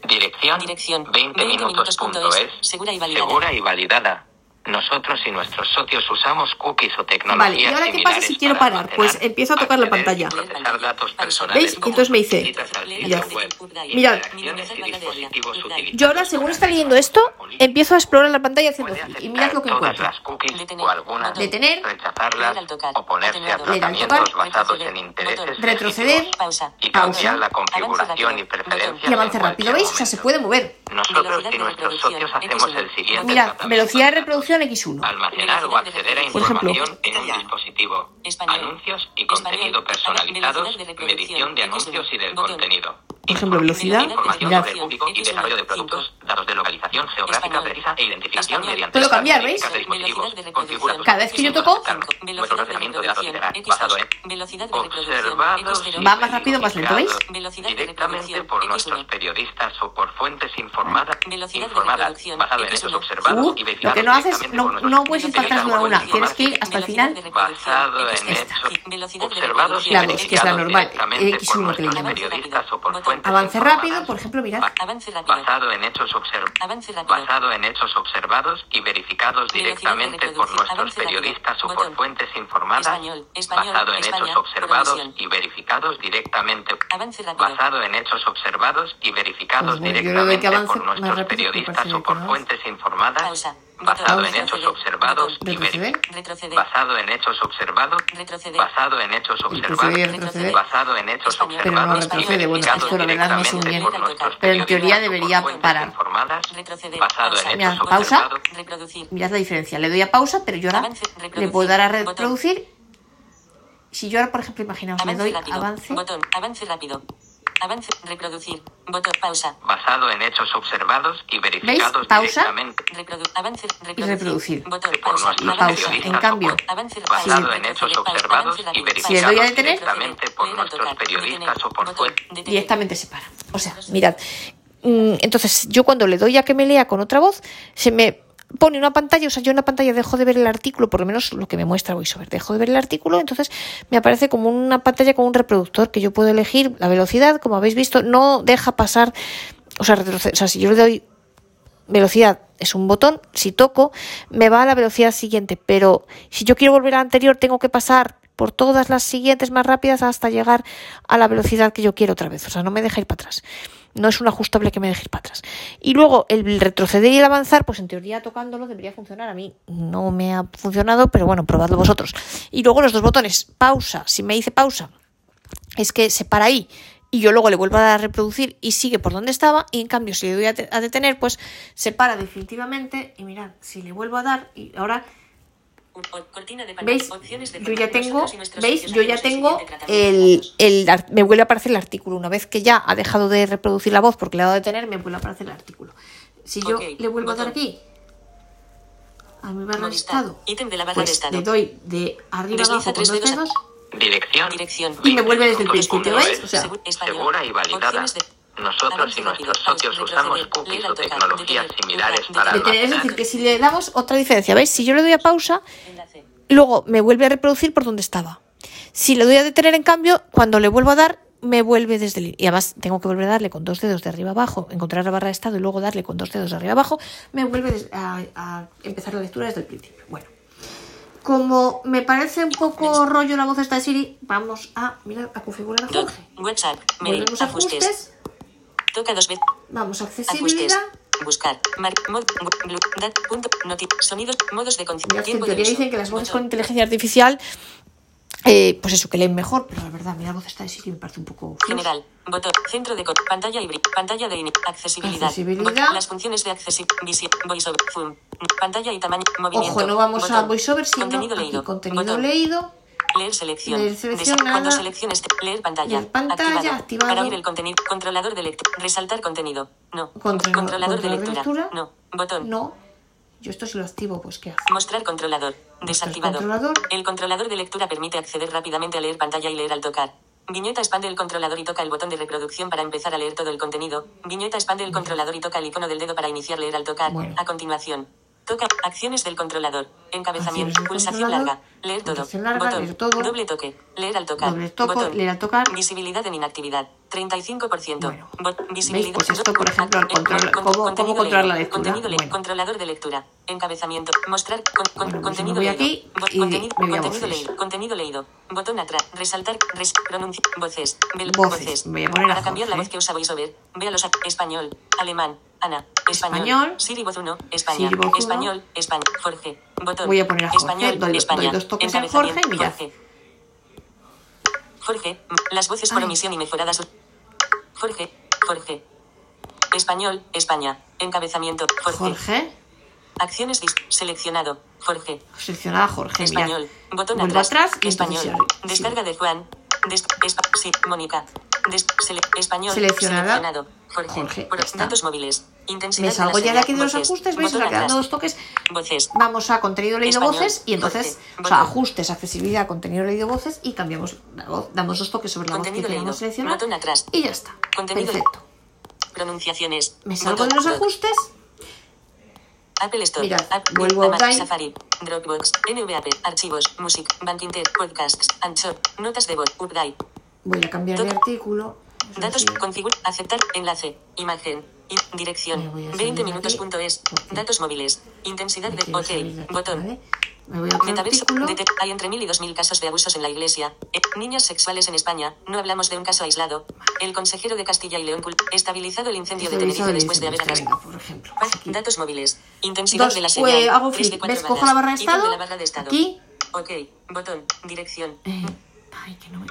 E: Dirección,
B: Dirección,
E: 20 minutos punto es,
B: segura y validada.
E: segura y validada. Nosotros y nuestros socios usamos cookies o tecnologías
A: Vale, ¿y ahora qué
E: similares
A: pasa si quiero
E: para
A: parar?
E: almacenar,
A: Pues empiezo a tocar la
E: acceder y
A: pantalla.
E: procesar datos personales
A: ¿Veis? Y
E: como
A: entonces me dice,
E: visitas al
B: mirad,
E: sitio web,
A: mirad.
E: interacciones y dispositivos
B: Yo
D: Yo
E: utilizados
D: ahora, según está
E: para
D: leyendo esto, empiezo a explorar la pantalla haciendo
E: Puede
D: clic.
E: aceptar
A: y mirad lo que
E: todas
A: encuentro.
E: las cookies
B: Detener,
E: o algunas,
A: detener,
E: rechazarlas
B: leer al tocar,
E: o ponerse a
B: atenuador,
A: leer al
E: tratamientos
B: tocar,
E: basados
B: retroceder,
E: en intereses
B: botón,
A: retroceder,
E: legítimos
B: pausa,
E: y cambiar
A: pausa,
E: la configuración
B: avance
E: y
B: rápido, botón.
E: preferencias
B: Y
A: Y avance
E: en
A: rápido,
E: cualquier
A: ¿veis? O sea, se
E: momento.
A: puede mover.
E: Nosotros
B: Velocidad
E: y
B: de
E: nuestros
B: reproducción,
E: socios hacemos
B: X1.
E: el siguiente
A: Mirad,
E: tratamiento.
A: velocidad de reproducción X1.
E: Almacenar o acceder a
B: Por
A: ejemplo,
E: información en un
B: italiano,
E: dispositivo.
B: español,
E: Anuncios y
B: español,
E: contenido
B: velocidad
E: personalizados,
B: de reproducción,
E: medición de
B: X1,
E: anuncios y del
B: botón.
E: contenido.
A: Por ejemplo, velocidad.
E: Información
A: Mirad.
E: sobre público y desarrollo de productos, datos de localización geográfica
B: Español.
E: precisa e identificación
B: Español.
E: mediante
A: Puedo
E: datos
A: cambiar,
E: de
A: ¿veis?
E: dispositivos.
B: Velocidad de
E: Configura tus
B: Cada
A: vez que yo toco-
E: dispositivos externos. Nuestro
B: Velocidad de
E: tratamiento de datos
B: reproducción,
E: será
B: X2.
E: basado en
B: Velocidad de reproducción,
E: observados
B: X0.
E: y
A: Va más rápido, más lento, ¿veis?
E: verificados
B: Velocidad de
E: directamente
B: reproducción,
E: por
B: X1.
E: nuestros periodistas o por fuentes informadas
B: Velocidad de
E: informadas
B: reproducción,
E: basado en hechos
B: X1.
E: observados
A: Uh,
E: y
A: lo
E: verificados
A: que no haces,
E: directamente por
A: no,
E: nuestros
A: no
B: pues
A: puedes
E: periodistas
A: impactar
E: o
A: una a una.
E: fuentes
A: Tienes que ir
E: informadas
A: hasta el final.
E: basado en
A: Esta.
E: hechos
B: Velocidad de
E: observados y
B: reproducción.
A: Claro, es que es la
E: verificados
A: normal,
E: directamente
A: X1
E: por
A: que le
E: nuestros
A: llaman.
E: periodistas o por
B: Botón.
E: fuentes
A: Avance rápido,
E: informadas.
A: por ejemplo, mirad.
B: Avance rápido.
E: Basado en hechos observados.
B: Avance rápido.
E: Basado en hechos observados y verificados
B: Velocidad de
E: directamente por
B: reproducción.
E: nuestros
B: Avance rápido.
E: periodistas o
B: Botón.
E: por fuentes informadas.
B: Español, español,
E: basado en
B: España,
E: hechos observados
B: Eurovisión.
E: y verificados directamente.
B: Avance rápido.
E: Basado en hechos observados y verificados
A: Pues bueno, yo creo que
E: directamente
A: avance
E: por
A: más
E: nuestros
A: rápido que
E: periodistas
A: parece
E: o por
A: que no.
E: fuentes informadas.
B: Pausa. Botón.
E: Basado en
B: Retroceder.
E: hechos observados y
A: Retroceder.
E: verificados.
B: Retroceder.
E: Basado en hechos observados.
B: Retroceder.
E: Basado en hechos
A: Retroceder,
E: observados.
A: retroceder.
E: Basado en hechos
B: Español.
E: observados.
B: Pero no
E: y
B: retrocede, bueno,
E: verificados
B: esto la verdad no sé muy bien.
E: directamente por nuestros
B: Pero
A: en teoría
E: periodistas o por
A: debería
E: fuentes
A: parar.
E: informadas.
B: Retroceder.
E: Basado
B: Pausa.
E: en
A: Mira,
E: hechos
A: pausa.
E: observados.
B: Reproducir.
A: Mirad la diferencia. Le doy a pausa, pero yo ahora
B: Avance, reproducir,
A: le puedo dar a
B: botón.
A: reproducir. Si yo ahora, por ejemplo, imaginaos, le
B: Avance
A: doy
B: rápido.
A: avance.
B: Botón. Avance rápido. Avance. Reproducir. Botón. Pausa.
E: basado en hechos observados y verificados
C: ¿Veis? Pausa.
E: directamente,
B: Reprodu avance. Reproducir.
C: reproducir.
B: Botón.
E: Y por
B: Pausa.
E: nuestros
B: Avance.
E: periodistas
C: en cambio.
E: ocultos,
B: Avance.
E: basado
B: Pausa.
E: en hechos
B: Pausa.
E: observados
B: Avance.
E: y
B: Pausa.
C: Si le doy a
E: verificados
C: detener.
E: directamente por
B: Leer,
E: nuestros
B: tocar,
E: periodistas
B: detener,
E: o por
B: botón,
E: juez.
B: detener.
C: Directamente se para. O sea,
A: Mirad. mm, Entonces, yo cuando le doy a que me lea con otra voz, se me pone una pantalla, o sea, yo en la pantalla dejo de ver el artículo, por lo menos lo que me muestra VoiceOver, dejo de ver el artículo, entonces me aparece como una pantalla con un reproductor que yo puedo elegir la velocidad, como habéis visto, no deja pasar, o sea, retroceder, o sea, si yo le doy velocidad es un botón, si toco me va a la velocidad siguiente, pero si yo quiero volver a la anterior tengo que pasar por todas las siguientes más rápidas hasta llegar a la velocidad que yo quiero otra vez, o sea, no me deja ir para atrás. No es un ajustable que me deje ir para atrás. Y luego el retroceder y el avanzar, pues en teoría tocándolo debería funcionar. A mí no me ha funcionado, pero bueno, probadlo vosotros. Y luego los dos botones, pausa. Si me dice pausa, es que se para ahí y yo luego le vuelvo a dar a reproducir y sigue por donde estaba y en cambio si le doy a, te- a detener pues se para definitivamente y mirad si le vuelvo a dar y ahora
B: O- cortina de panel,
C: ¿Veis?
B: opciones de
C: Yo ya
B: panel,
C: tengo,
B: nosotros y nuestros
C: ¿veis?
B: socios
C: Yo ya
B: haremos el
C: tengo
B: siguiente tratamiento de
C: el,
B: datos.
C: el ar- me vuelve a aparecer el artículo. Una vez que ya ha dejado de reproducir la voz porque le he dado a detener, me vuelve a aparecer el artículo. Si yo
B: Ok,
C: le vuelvo a dar
B: botón.
C: aquí a mi barra de
B: Movistar,
C: estado,
B: ítem de la barra de
C: pues
B: estado.
C: le doy de arriba
B: Desliza
C: abajo con
B: tres
C: los
B: dedos a-
C: dedos
E: Dirección.
B: Dirección.
C: y me vuelve desde el
E: 22.9,
C: principio, ¿veis? O sea,
B: Según- español.
E: segura y validada.
B: Opciones de-
E: Nosotros y
B: Avance rápido,
E: nuestros
B: pausa,
E: socios
B: retroceder,
E: usamos
B: leer
E: cookies
B: al
E: o
B: tocar,
E: tecnologías
B: detener,
E: similares
B: detener,
E: para
B: detener,
C: detener, es decir,
E: almacenar.
C: que si le damos
A: otra diferencia veis si yo le doy a pausa
B: Enlace.
A: luego me vuelve a reproducir por donde estaba si le doy a detener en cambio cuando le vuelvo a dar me vuelve desde el in- y además tengo que volver a darle con dos dedos de arriba abajo encontrar la barra de estado y luego darle con dos dedos de arriba abajo
C: me vuelve des- a, a empezar la lectura desde el principio. Bueno, como me parece un poco rollo la voz esta de Siri, vamos a, mirar, a configurar a
B: Doc.
C: Jorge.
B: WhatsApp. Mail.
C: Volvemos a
B: Ajustes.
C: ajustes,
B: Toca dos veces.
C: vamos a
B: Ajustes.
C: accesibilidad.
B: Buscar. Mar, mod, gu- blu- dat, punto, noti, sonidos, modos de
C: Ya
B: conciencia.
C: es que en teoría dicen que las voces con inteligencia
A: artificial eh,
C: pues eso, que leen mejor, pero la verdad, mi voz está de Siri me parece un poco... floja.
B: General. Botón. Centro de co- pantalla y bri- pantalla de ini- accesibilidad.
C: Accesibilidad.
B: Bot- las funciones de accesibilidad. Visión. Voiceover. Zoom. Pantalla y tamaño. Movimiento.
C: Ojo, no vamos a
B: Botón.
C: voiceover, sino
B: contenido
C: aquí,
B: leído.
C: contenido
B: Botón.
C: leído.
B: Leer selección.
C: Leer selección,
B: Desa- Cuando
C: nada.
B: selecciones te- leer pantalla.
C: Leer pantalla, activado.
B: Para ver el contenido. Controlador de lectura. Resaltar contenido. No.
C: Control-
B: controlador
C: controlador
B: de
C: de
B: lectura.
C: lectura.
B: No. Botón.
C: No, yo esto si lo activo, pues ¿qué hace?
B: Mostrar controlador. Desactivado.
C: controlador.
B: El controlador de lectura permite acceder rápidamente a leer pantalla y leer al tocar. Viñeta expande el controlador y toca el botón de reproducción para empezar a leer todo el contenido. Viñeta expande el controlador y toca el icono del dedo para iniciar leer al tocar.
C: Bueno.
B: A continuación. Toca acciones del controlador.
C: Acciones
B: Encabezamiento.
C: del
B: Pulsación
C: controlador.
B: larga. Leer todo.
C: Pulsación larga,
B: botón.
C: leer todo.
B: Doble toque. Leer al tocar.
C: Doble toco,
B: botón.
C: leer al tocar.
B: Visibilidad en inactividad. 35%.
C: Bueno.
B: Bot-
C: ¿Veis?
B: visibilidad. eh,
C: Pues esto, por ejemplo, el control-
B: Con-
C: cómo- cómo
B: contenido
C: controlar la
B: leído.
C: lectura.
B: Contenido leído.
C: Bueno.
B: Controlador de lectura. Encabezamiento. Mostrar con- con-
C: Bueno, pues me
B: contenido
C: voy
B: leído.
C: aquí
B: Bo-
C: y
B: contenido,
C: me voy a
B: contenido
C: voces.
B: leído. Contenido leído. Botón atrás. Resaltar. res- pronuncia. Voces. Vel-
C: Voces. Me voy a poner ¿eh? a
B: Para cambiar la
C: Jorge.
B: voz que os sabéis ver. Véalos. a- Español. Alemán. Ana. Español.
C: Español.
B: Siri voz 1. España.
C: Siri voz uno.
B: Español. España. Jorge. Botón.
C: Voy a poner a Jorge.
B: Español.
C: Doy- doy
B: España.
C: dos toques en
B: Encabezamiento.
C: Jorge y mirad.
B: Jorge. Jorge, las voces por
C: Ay.
B: omisión y mejoradas. Jorge, Jorge. Español, España. Encabezamiento, Jorge.
C: Jorge,
B: Acciones dis- seleccionado, Jorge.
C: seleccionada Jorge, mirad.
B: Español, botón
C: Vuelvo
B: atrás.
C: atrás y entonces
B: español.
C: ya-
B: Descarga de Juan. Des- espa- sí, Mónica. Des- sele- español,
C: Seleccionada.
B: seleccionado, Jorge.
C: Jorge,
B: Por
C: ya está.
B: datos móviles. Intensidad
C: Me salgo ya de
B: señal,
C: aquí de los
B: voces,
C: ajustes, ¿veis? O
B: botón
C: sea, quedando
B: atrás.
C: dos toques.
B: Voces.
C: Vamos a contenido leído
B: Español,
C: voces y entonces,
B: voces,
C: o sea,
B: voces.
C: ajustes, accesibilidad, contenido leído voces y cambiamos la voz, damos dos toques sobre la voz que
B: Contenido leído,
C: queremos seleccionar
B: botón atrás.
C: y ya está.
B: Contenido-
C: Perfecto.
B: Pronunciaciones.
C: Me salgo
B: botón,
C: de los
B: botón.
C: ajustes.
B: Apple Store.
C: Mirad,
B: App-
C: vuelvo a
B: Mac,
C: Outline.
B: Safari, Dropbox, NVAP, archivos, music, Bankinter, podcasts, Anchor, notas de voz, Update,
C: Voy a cambiar
B: Todo-
C: de artículo. Eso
B: datos,
C: sí.
B: configurar, aceptar, enlace, imagen, y-
C: Me
B: dirección,
C: voy a salir
B: 20
C: de
B: minutos
C: aquí,
B: punto es,
C: porque
B: datos móviles, intensidad
C: Me
B: de,
C: quiero salir de
B: ok,
C: aquí,
B: botón.
C: ¿vale? Me voy a otro
B: Metaverso,
C: artículo.
B: dete- hay entre mil y dos mil casos de abusos en la iglesia. Eh, niñas sexuales en España, no hablamos de un caso aislado. El consejero de Castilla y León, cul- estabilizado el incendio de
C: Estoy
B: Tenerife
C: revisando
B: después de haber
C: esto,
B: atrasado.
C: venga, por ejemplo.
B: Paz,
C: aquí.
B: Datos móviles. Intensidad
C: Dos,
B: de la
C: eh,
B: señal.
C: hago
B: Tres de
C: clic.
B: cuatro
C: ¿Ves? Cojo la barra de
B: Ítem
C: estado.
B: la barra de estado.
C: Aquí.
B: Ok. Botón. Dirección.
C: Eh, ay, que no me...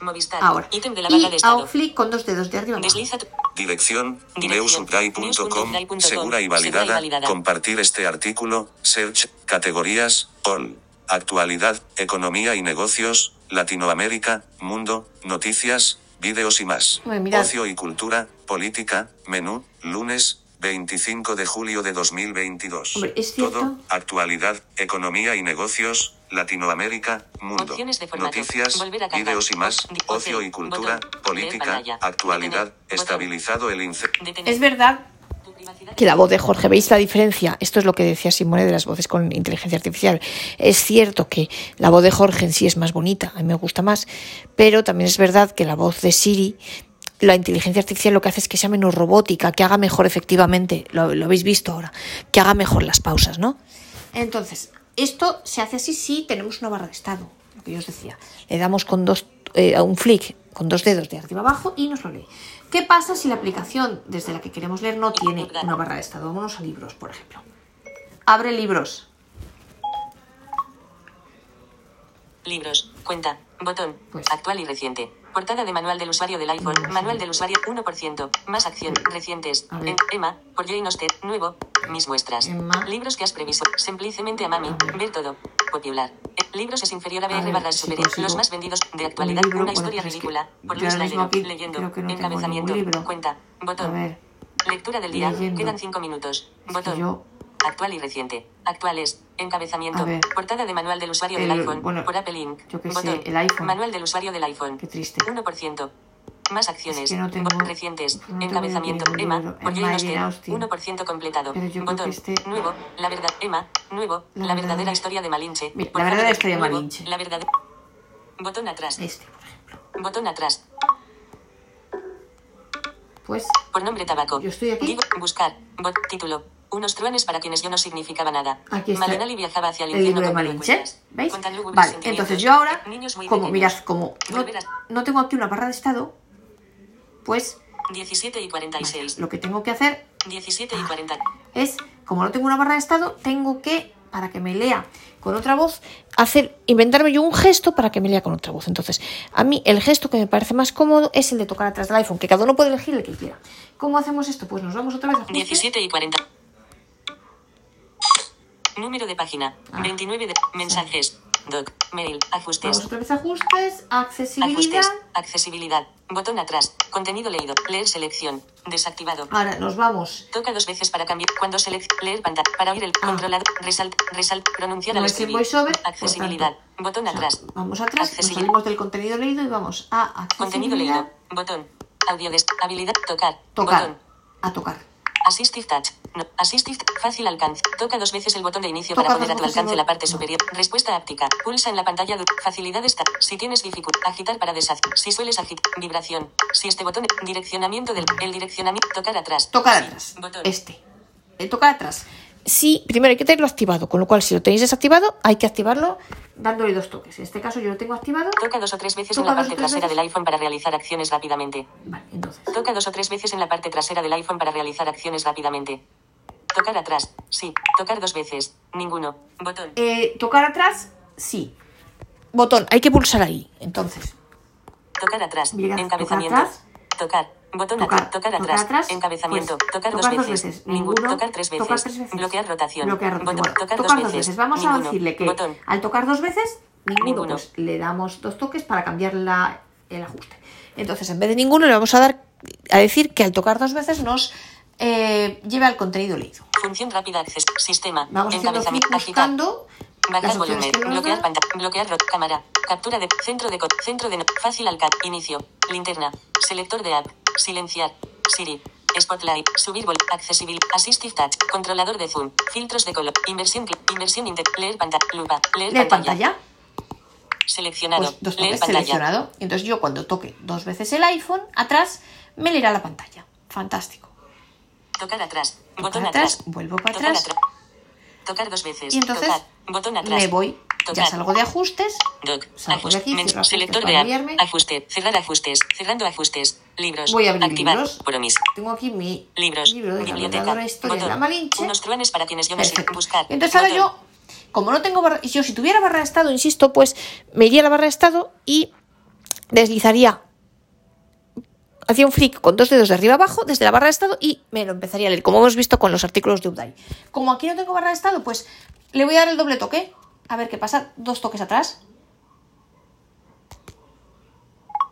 B: Movistar.
C: Ahora.
B: Ítem de la
C: y
B: barra
C: hago
B: de estado.
C: clic con dos dedos de arriba. abajo.
B: Desliza tu...
F: Dirección,
B: Dirección,
F: neusupply.com,
B: neusupply.com,
F: segura y
B: segura y
F: validada,
B: validada.
F: compartir este artículo, search, categorías, all, actualidad, economía y negocios, Latinoamérica, mundo, noticias, vídeos y más.
C: Uy, mirad.
F: Ocio y cultura, política, menú, lunes, 25 de julio de 2022.
C: Hombre, ¿es
F: Todo,
C: cierto?
F: actualidad, economía y negocios, Latinoamérica, mundo,
B: Opciones de formato.
F: noticias,
B: Volver a cargar.
F: vídeos y más,
B: Op-
F: ocio y
B: botón.
F: cultura,
B: Leer
F: política,
B: pantalla.
F: actualidad,
B: Detener. Botón.
F: estabilizado el incendio.
A: Es
B: Detener.
A: verdad
B: Tu privacidad-
A: que la voz de Jorge, ¿veis la diferencia? Esto es lo que decía Simone de las voces con inteligencia artificial. Es cierto que la voz de Jorge en sí es más bonita, a mí me gusta más, pero también es verdad que la voz de Siri, la inteligencia artificial lo que hace es que sea menos robótica, que haga mejor efectivamente, lo, lo habéis visto ahora, que haga mejor las pausas, ¿no?
C: Entonces, esto se hace así si tenemos una barra de estado, lo que yo os decía.
A: Le damos con dos, eh, a un flick, con dos dedos de arriba.
C: Arriba abajo y nos lo lee. ¿Qué pasa si la aplicación desde la que queremos leer no tiene una barra de estado? Vámonos a libros, por ejemplo. Abre libros.
B: Libros. Cuenta. Botón.
C: Pues.
B: Actual y reciente. Portada de manual del usuario del iPhone. Manual del usuario 1%. Más acción. Recientes.
C: Pues. A ver.
B: Em- Emma. Por Jane Austen. Nuevo. Mis muestras.
C: Emma.
B: Libros que has previsto. Simplicemente a mami. Ver todo. Popular. Eh, Libros es inferior a BR
C: ver,
B: barra
C: si
B: super.
C: consigo
B: Los más vendidos de actualidad.
C: libro,
B: una
C: bueno,
B: historia
C: pues es que
B: ridícula. Por
C: yo
B: Luis
C: ahora mismo
B: Lairero.
C: aquí
B: Leyendo.
C: creo que no tengo
B: Encabezamiento.
C: ningún libro.
B: Cuenta.
C: A
B: Botón.
C: ver.
B: Lectura del día.
C: Leyendo.
B: Quedan 5 minutos.
C: Es que
B: Botón.
C: yo-
B: Actual y reciente. Actuales. Encabezamiento.
C: A ver.
B: Portada de manual del usuario
C: El-
B: del iPhone.
C: bueno,
B: por Apple Inc.
C: yo qué sé,
B: Botón.
C: el iPhone.
B: Manual del usuario del iPhone.
C: Qué triste.
B: 1%. Más acciones.
C: Es que no tengo-
B: Bo- recientes.
C: no tengo
B: Encabezamiento.
C: ningún
B: Emma.
C: libro.
B: Por
C: Emma
B: Jane
C: y
B: Austen.
C: Austen.
B: 1% completado.
C: Pero yo creo
B: Botón.
C: que este-
B: Nuevo. La verdad. Emma. Nuevo.
C: La
B: La,
C: verdadera-
B: verdadera, historia de Malinche.
C: Mira, la
B: Por
C: verdadera
B: Harry.
C: historia de
B: Nuevo.
C: Malinche.
B: La verdad. Botón atrás.
C: Este, por ejemplo.
B: Botón atrás.
C: Pues
B: Por nombre tabaco.
C: Yo estoy aquí.
B: Digo, buscar. Bot, título. Unos truanes para quienes yo no significaba nada.
C: Aquí está
B: Malinali viajaba hacia el,
C: el libro
B: infierno
C: de
B: con
C: Malinche.
B: películas.
C: ¿Veis?
B: Con tan lúgubres
C: Vale,
B: sentimientos.
C: entonces yo ahora,
B: Niños muy
C: como
B: pequeños.
C: mirad, como no,
B: Volver a-
C: no tengo aquí una barra de estado, pues
B: 17 y 46.
C: lo que tengo que hacer
B: 17 y
C: Ah,
B: 40.
C: es, como no tengo una barra de estado, tengo que, para que me lea con otra voz,
A: Hacer, inventarme yo un gesto para que me lea con otra voz. Entonces, a mí el gesto que me parece más cómodo es el de tocar atrás del iPhone, que cada uno puede elegir el que quiera.
C: ¿cómo hacemos esto? Pues nos vamos otra vez a ajustes.
B: 17 y 40. Número de página.
C: Ah.
B: 29 de mensajes. Doc. Mail.
C: Vamos
B: Ajustes.
C: otra vez a ajustes, accesibilidad.
B: Ajustes. Accesibilidad. Botón atrás. Contenido leído. Leer selección. Desactivado.
C: Ahora nos vamos.
B: Toca dos veces para cambiar. Cuando select leer pantalla. Para oír el
C: Ah.
B: controlador. Resalt. Resalt. Pronunciar
C: No
B: al
C: es en
B: escribir.
C: voiceover, por
B: Accesibilidad. Botón
C: O sea,
B: atrás.
C: Vamos atrás, nos
B: Accesibil-
C: salimos del contenido leído y vamos a accesibilidad.
B: Contenido leído. Botón. Audio des. Habilidad. Tocar.
C: Tocar.
B: Botón.
C: A tocar.
B: Assistive touch. No. Assistive fácil alcance. Toca dos veces el botón de inicio
C: Toca
B: para poner
C: dos
B: a tu
C: veces
B: alcance
C: el
B: la
C: botón.
B: parte superior. Respuesta áptica. Pulsa en la pantalla de facilidad está. Si tienes dificultad, agitar para deshacer. Si sueles agitar, vibración. Si este botón, direccionamiento del el direccionamiento tocar atrás.
C: Tocar
B: Sí.
C: atrás.
B: Botón.
C: Este. Eh, tocar atrás.
A: Sí, primero hay que tenerlo activado, con lo cual si lo tenéis desactivado, hay que activarlo
C: Dándole dos toques. En este caso yo lo tengo activado.
B: Toca dos o tres veces
C: Toca
B: en la
C: dos o
B: parte
C: tres
B: trasera
C: veces.
B: del iPhone para realizar acciones rápidamente.
C: Vale, entonces.
B: Toca dos o tres veces en la parte trasera del iPhone para realizar acciones rápidamente. Tocar atrás. Sí. Tocar dos veces. Ninguno. Botón.
C: Eh, tocar atrás, sí.
A: botón, hay que pulsar ahí.
C: Entonces,
B: Tocar atrás.
C: Mira,
B: encabezamiento.
C: tocar atrás.
B: Tocar. Botón
C: Tocar,
B: atrás. Tocar
C: tocar
B: atrás.
C: atrás,
B: encabezamiento.
C: pues,
B: tocar,
C: tocar
B: dos veces. Ninguno. Tocar tres veces.
C: tocar tres veces.
B: Bloquear rotación.
C: bloquear rotación.
B: Botón.
C: Bueno,
B: Tocar,
C: tocar
B: dos veces.
C: Vamos a
B: Ninguno.
C: decirle que
B: Botón.
C: al tocar dos veces, ninguno,
B: Ninguno.
C: pues le damos dos toques para cambiar la, el ajuste.
A: Entonces,
C: Entonces,
A: en vez de ninguno, le vamos a dar a decir que al tocar dos veces nos
C: eh, lleve al contenido leído.
B: Función rápida acceso. Sistema.
C: Vamos haciendo clic
B: encabezamiento. Agitar.
C: buscando las
B: Bajar
C: opciones
B: volumen.
C: que nos
B: Bloquear
C: da.
B: pantalla. Bloquear rot- cámara. Captura de centro de co- centro de no- fácil alcance. Inicio. Linterna. Selector de app. Silenciar. Siri. Spotlight. Subir vol. Accesible. Assistive touch. Controlador de zoom. Filtros de color. Inversión. cli- Inversión. Inter, leer pantalla. Lupa. Leer,
C: Leer
B: pantalla.
C: pantalla.
B: Seleccionado.
C: pues, dos
B: leer
C: toques
B: pantalla.
C: seleccionado. Entonces yo cuando toque dos veces el iPhone, atrás me leerá la pantalla. Fantástico.
B: Tocar atrás.
C: Tocar
B: Botón
C: atrás,
B: atrás.
C: vuelvo para
B: Tocar
C: atrás.
B: Tocar dos veces.
C: Y entonces
B: Tocar. Botón atrás.
C: Me voy, ya
B: Tocar.
C: salgo de ajustes.
B: Doc.
C: Salgo de
B: Ajuste.
C: aquí,
B: Men-
C: cierro ajustes
B: Selector
C: para
B: de app.
C: cambiarme.
B: Ajuste. Cerrar ajustes. Cerrando ajustes. Libros.
C: Voy a abrir
B: Activar.
C: libros.
B: Promis.
C: Tengo aquí mi
B: Libros.
C: libro de la
B: biblioteca.
C: Vengadora Historia de
B: Botón.
C: la Malinche.
B: Unos truenes para quienes yo no sé
C: Perfecto.
B: buscar.
C: Entonces ahora
B: Botón.
C: yo,
A: como no tengo barra, yo si tuviera barra de estado, insisto, pues me iría a la barra de estado y deslizaría hacía un flick con dos dedos de arriba abajo desde la barra de estado y me lo empezaría a leer, como hemos visto con los artículos de Uday.
C: como aquí no tengo barra de estado, pues le voy a dar el doble toque. A ver qué pasa. Dos toques atrás.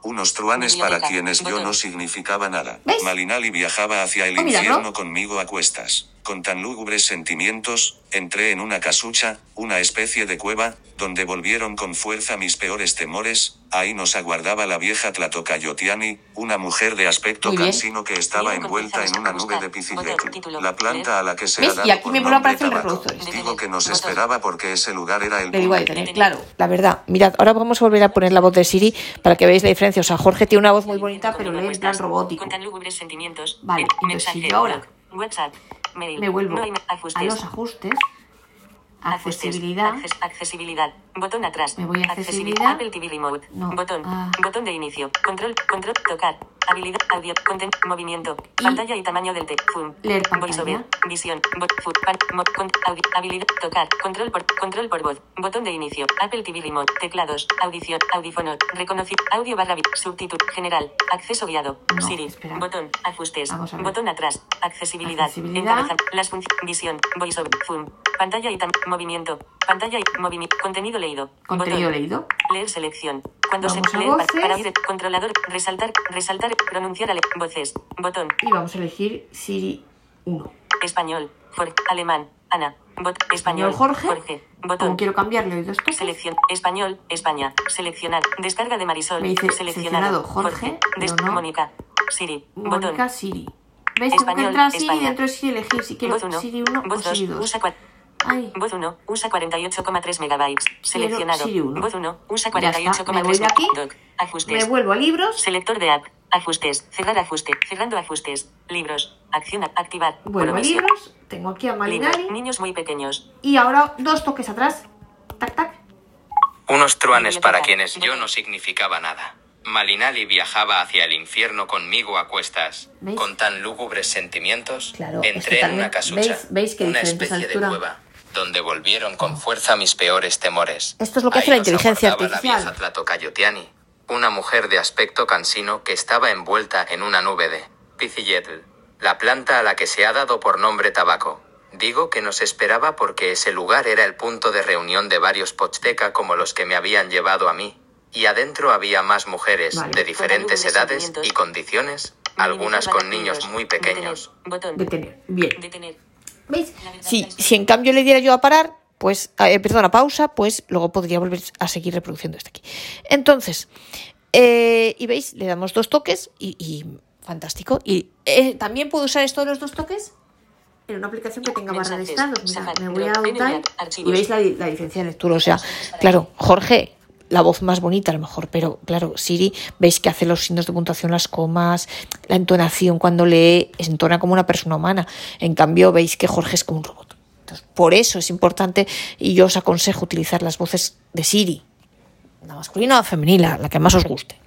F: unos truanes para
B: Biblioteca.
F: quienes yo
B: Botón.
F: no significaba nada.
G: ¿Ves?
F: Malinali viajaba hacia el
G: Oh, míralo.
F: infierno conmigo a cuestas. Con tan lúgubres sentimientos, entré en una casucha, una especie de cueva, donde volvieron con fuerza mis peores temores. Ahí nos aguardaba la vieja Tlatocayotiani, una mujer de aspecto
G: Muy bien.
F: cansino que estaba
B: Bien,
F: envuelta en
B: comenzamos
F: una
B: a
F: nube de
B: buscar. Botón,
F: picileclo,
B: título,
F: la planta
B: leer.
F: a la que se
G: ¿eh? ¿Ves?
F: ha dado
G: Y aquí
F: por
G: me vuelven a
F: nombre
G: aparecer
F: tabaco.
G: reproductores.
F: Digo que nos
B: Botón.
F: esperaba porque ese lugar era el
G: Le digo a
F: punto
G: detener, claro.
A: La verdad, mirad, ahora vamos a volver a poner la voz de Siri para que veáis la diferencia. O sea, Jorge tiene una voz muy
G: Muy bonita, pero lee en plan robótico.
B: Con tan lúgubres sentimientos.
G: Vale,
B: Eh,
G: entonces, si
B: mensaje,
G: yo ahora
B: blog, WhatsApp, mail.
G: Me vuelvo
B: No hay ma-
G: a
B: ajustes.
G: los ajustes.
B: Ajustes.
G: Accesibilidad.
B: Acces- accesibilidad. Botón atrás.
G: Me voy a accesibilidad.
B: Apple TV Remote.
G: No,
B: Botón.
G: ah.
B: Botón de inicio. Control. Control. Tocar. Habilidad. Audio. Content. Movimiento.
G: Y-
B: Pantalla y tamaño del te. Zoom.
G: Leer pantalla.
B: Voiceover. Visión. Bo- fu- pan- mo- con- audi- habilidad. Tocar. Control por, control por voz. Botón de inicio. Apple TV Remote. Teclados. Audición. Audífono. Reconocido. Audio barra. vi- Subtítulo. General. Acceso guiado.
G: No,
B: Siri.
G: espera.
B: Botón. Ajustes.
G: Vamos a ver.
B: Botón atrás. Accesibilidad.
G: Accesibilidad.
B: Encabeza- las funciones. Visión. Voiceover. Zoom. Pantalla y tam- movimiento. Pantalla y movimiento. Contenido leído.
G: Contenido
B: Botón.
G: leído.
B: Leer selección. Cuando
G: Vamos
B: se
G: a
B: leer pa-
G: voces.
B: para oír controlador. Resaltar. Resaltar. Pronunciar ale- voces. Botón.
G: Y vamos a elegir Siri 1.
B: Español. Jorge. Alemán. Ana. Bot. Español.
G: Señor Jorge. Como
B: Botón.
G: quiero cambiarle hoy dos veces.
B: Selección. Español. España. Seleccionar. Descarga de Marisol.
G: Me dice seleccionado
B: seleccionado.
G: Jorge,
B: Des-
G: pero no.
B: Mónica. Siri. Botón.
G: Mónica Siri. ¿Ves? Tengo que
B: Español,
G: entrar a Siri y
B: España.
G: dentro de Siri elegir si quiero
B: Voz 1.
G: Siri 1 o
B: Voz 2.
G: Siri 2.
B: Usa cua-
G: Ay,
B: Voz 1, usa 48,3 megabytes. Seleccionado.
G: Siri uno.
B: Voz 1, usa
G: Ya está,
B: 48,3
G: me voy de aquí.
B: Doc.
G: me
B: Ajustes.
G: vuelvo a libros.
B: Selector de app. Ajustes. Cerrar ajuste. Cerrando ajustes. Libros. Acción. a- Activar.
G: Vuelvo a
B: Promesa.
G: libros. Tengo aquí a
B: Libros.
G: Malinari.
B: Niños muy pequeños.
G: Y ahora dos toques atrás. Tac, tac.
E: Unos truanes para
B: Biblioteca.
E: quienes yo no significaba nada. Malinali viajaba hacia el infierno conmigo a cuestas.
G: ¿Veis?
E: Con tan lúgubres sentimientos,
G: Claro, es que
E: entré en
G: también-
E: una casucha,
G: ¿veis- veis qué
E: una
G: diferente es
E: especie de
G: altura?
E: cueva, donde volvieron con fuerza mis peores temores.
A: Esto es lo que
E: Ahí
A: hace la
E: nos
A: inteligencia
E: abordaba
A: artificial.
E: La vieja Tlatocayotiani, una mujer de aspecto cansino que estaba envuelta en una nube de picilletl, la planta a la que se ha dado por nombre tabaco. Digo que nos esperaba porque ese lugar era el punto de reunión de varios pochsteca como los que me habían llevado a mí, y adentro había más mujeres
G: Vale.
E: de diferentes
B: Con alumnos
E: edades y
B: sentimientos.
E: condiciones, algunas
B: Minimizar
E: con niños
B: vacíos.
E: muy pequeños.
B: Detener. Botón.
G: Detener. Bien.
B: Detener.
G: ¿Veis?
B: La verdad
A: Si,
B: es que-
A: si en cambio le diera yo a parar, pues, eh, perdón, a pausa, pues luego podría volver a seguir reproduciendo este aquí. Entonces, eh, y veis, le damos dos toques y, y fantástico. Y eh, también puedo usar esto de los dos toques.
G: En una aplicación que tenga barra de
B: Mensajes,
G: estados. Mira,
B: Safari,
G: me voy a
B: Chrome,
G: Outline
B: Gmail, archivos.
G: y veis la, di- la diferencia de lectura.
A: Arturo, o sea, claro, Jorge, la voz más bonita a lo mejor, pero claro, Siri, veis que hace los signos de puntuación, las comas, la entonación cuando lee, es entona como una persona humana. En cambio, veis que Jorge es como un robot. Entonces, por eso es importante y yo os aconsejo utilizar las voces de Siri, la masculina o la femenina, la que más os guste.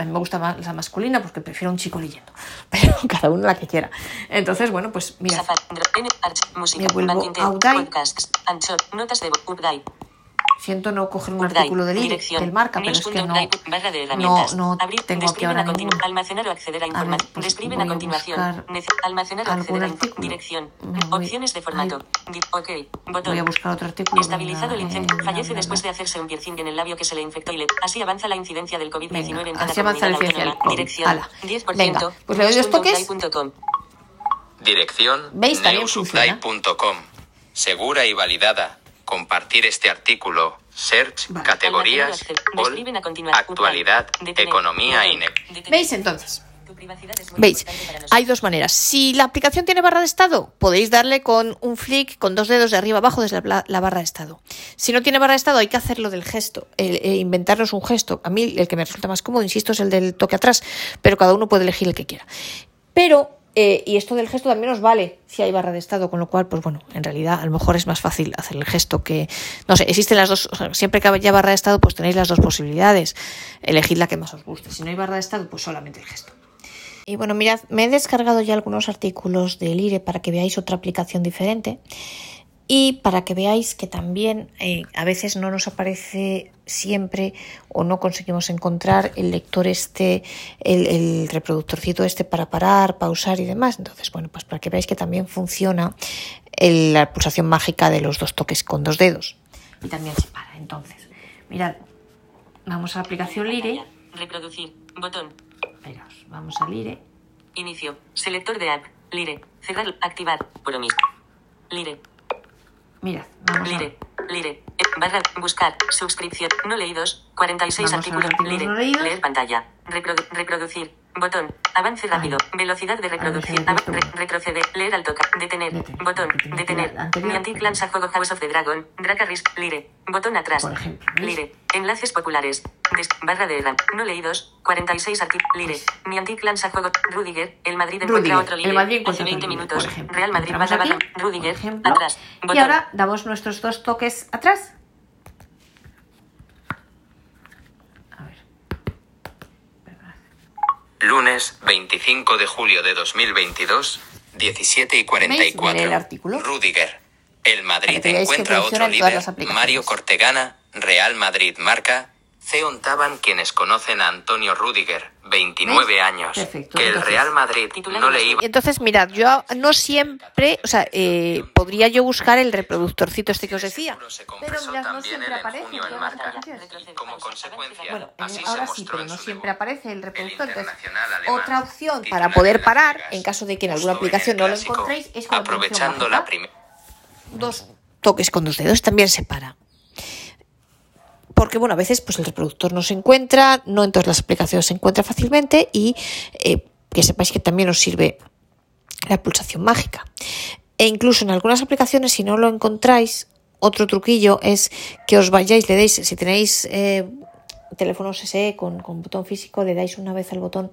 A: A mí me gusta más la masculina porque prefiero un chico leyendo, pero cada uno la que quiera. Entonces, bueno, pues mira,
B: Safari, Dro- N- Arch- música,
A: Me vuelvo
B: Bandinte,
A: a Uday.
B: podcasts, Anchor, notas de voz, Uday,
A: siento no coger un
B: Uday,
A: artículo de Liri,
B: dirección,
A: del marca, pero es que no.
B: news.uday, barra de herramientas,
A: no
B: abrir,
A: tengo aquí
B: describen
A: ahora
B: a continu-
A: ninguno.
B: almacenar o acceder a
A: ver,
B: información,
A: pues
B: describen
A: voy
B: a
A: a
B: continuación,
A: buscar
B: nece- almacenar o
A: algún
B: acceder a info-
A: artículo.
B: dirección,
A: Me voy-
B: opciones de formato, Di- ok, botón,
A: Voy a buscar otro artículo.
B: Estabilizado el
A: Venga,
B: incendio.
A: eh,
B: Fallece
A: bla, bla,
B: después
A: bla.
B: de hacerse un piercing en el labio que se le infectó y le... Así avanza la incidencia del COVID-19
A: Venga,
B: en cada
A: así avanza la
B: comunidad
A: incidencia del
B: autónoma.
A: COVID.
B: Dirección.
A: Ala.
B: 10%.
A: Venga, pues le doy dos toques.
B: news.uday.com.
E: Dirección
A: ¿Veis? También
E: neusupply.com. Segura y validada. Compartir este artículo. Search,
G: Vale.
E: categorías,
B: Almacenar o acceder.
E: all,
B: Describen a continuación.
E: actualidad,
B: Detener.
E: economía y
B: Botón.
E: net.
B: Detener.
A: ¿Veis entonces?
B: Tu privacidad es muy
A: ¿Veis?
B: importante para nosotros.
A: Hay dos maneras. Si la aplicación tiene barra de estado, podéis darle con un flick, con dos dedos de arriba abajo desde la, la barra de estado. Si no tiene barra de estado, hay que hacerlo del gesto, el- eh, inventarnos un gesto. A mí el que me resulta más cómodo, insisto, es el del toque atrás, pero cada uno puede elegir el que quiera. Pero, eh, y esto del gesto también os vale si hay barra de estado, con lo cual, pues bueno, en realidad a lo mejor es más fácil hacer el gesto que. No sé, existen las dos. o sea, siempre que haya barra de estado, pues tenéis las dos posibilidades. Elegid la que más os guste. Si no hay barra de estado, pues solamente el gesto. Y bueno, mirad, me he descargado ya algunos artículos del IRE para que veáis otra aplicación diferente y para que veáis que también eh, a veces no nos aparece siempre o no conseguimos encontrar el lector este, el, el reproductorcito este para parar, pausar y demás. Entonces, bueno, pues para que veáis que también funciona el- la pulsación mágica de los dos toques con dos dedos.
G: Y también se para. Entonces, mirad, vamos a la aplicación Lire
B: Reproducir. Botón.
H: Esperaos, vamos a Lire.
B: Inicio. Selector de app. Lire. Cerrar. Activar. Promis. Lire.
H: Mirad, vamos a,
B: Lire. Lire. Eh, Barra. Buscar. Suscripción. No leídos. 46
H: Vamos a
B: artículos.
H: artículos
B: Lire.
H: no leídos.
B: Leer pantalla. Reprodu- reproducir. Botón. Avance rápido. Velocidad de reproducción.
H: déjame
B: Ava-
H: que esto-
B: re- retroceder. Leer al tocar. Detener.
H: Detener.
B: Botón.
H: Detener.
B: Detener.
H: La anterior-
B: Niantic lanza juego House of the Dragon. Dracarys. Lire. Botón atrás.
H: Por ejemplo, ¿veis?
B: Lire. Enlaces populares. Des- barra de RAM. No leídos. 46 artículos. Lire. Niantic lanza juego. Rudiger. El Madrid
H: Pues- Rudiger.
B: encuentra otro líder.
H: El Madrid
B: Hace
H: encuentra
B: 20
H: otro líder,
B: minutos.
H: por ejemplo.
B: Real Madrid
H: Entramos
B: barra
H: aquí,
B: barra. Rudiger.
H: por ejemplo.
B: Atrás. Botón.
H: Y ahora damos nuestros dos toques atrás. A ver.
E: Lunes 25 de julio de 2022, 17 y
A: ¿Veis? Leer
E: 44.
A: el artículo.
E: Rudiger. El
A: Para que
E: Madrid
A: veáis que
E: encuentra
A: funciona
E: otro
A: en todas
E: líder.
A: las aplicaciones.
E: Mario Cortegana, Real Madrid marca. Ceon Taban, quienes conocen a Antonio Rudiger, 29
H: ¿Veis?
E: años.
H: Perfecto,
E: que el
H: entonces,
E: Real Madrid
B: titular
E: no
B: de la
E: le iba
A: Y Entonces, mirad, yo no siempre, o sea, eh, podría yo buscar el reproductorcito este que os decía.
E: Seguro se
H: Pero
E: confesó
H: mirad, no
E: también
H: siempre
E: él en
H: aparece.
E: junio en
H: todas las
E: marca.
H: aplicaciones.
B: Retroceder.
E: Como
B: Pausa.
E: consecuencia,
B: Bueno,
H: Bueno,
E: así
H: eh,
E: se
H: ahora sí,
E: mostró
H: pero
E: en
H: no
E: su
H: siempre
E: debut.
H: aparece el reproductor.
E: El
H: Entonces,
E: internacional alemán,
H: otra opción para
E: titular
H: poder
E: en Las
A: parar,
E: Vegas,
A: en caso de que en
E: justo
A: alguna aplicación
E: el
A: no lo
E: clásico,
H: encontréis, es con la
E: aprovechando
H: función
E: la
H: baja.
E: primera.
A: Dos toques con dos dedos también se para. Porque, bueno, a veces pues el reproductor no se encuentra, no en todas las aplicaciones se encuentra fácilmente y eh, que sepáis que también os sirve la pulsación mágica. E incluso en algunas aplicaciones, si no lo encontráis, otro truquillo es que os vayáis, le deis, si tenéis eh, teléfonos SE con, con botón físico, le dais una vez al botón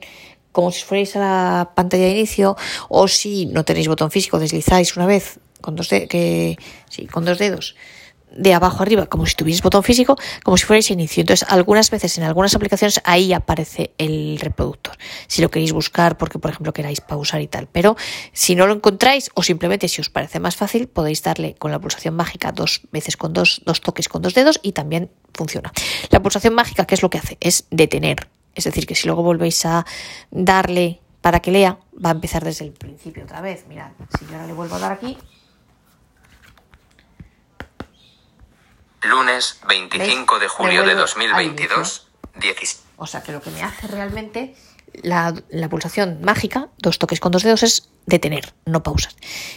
A: como si fuerais a la pantalla de inicio, o si no tenéis botón físico, deslizáis una vez con dos, de- que, sí, con dos dedos de abajo arriba, como si tuvierais botón físico, como si fuerais inicio. Entonces, algunas veces en algunas aplicaciones ahí aparece el reproductor. Si lo queréis buscar, porque por ejemplo queráis pausar y tal. Pero si no lo encontráis o simplemente si os parece más fácil, podéis darle con la pulsación mágica dos veces con dos, dos toques con dos dedos y también funciona. La pulsación mágica, ¿qué es lo que hace? Es detener. Es decir, que si luego volvéis a darle para que lea, va a empezar desde el principio otra vez. Mirad, si yo ahora le vuelvo a dar aquí,
E: Lunes 25 de
H: ¿Veis?
E: julio de
H: Devuelve al
E: 2022, 17.
H: O sea, que lo que me hace realmente
A: la, la pulsación mágica, dos toques con dos dedos, es detener, no pausar.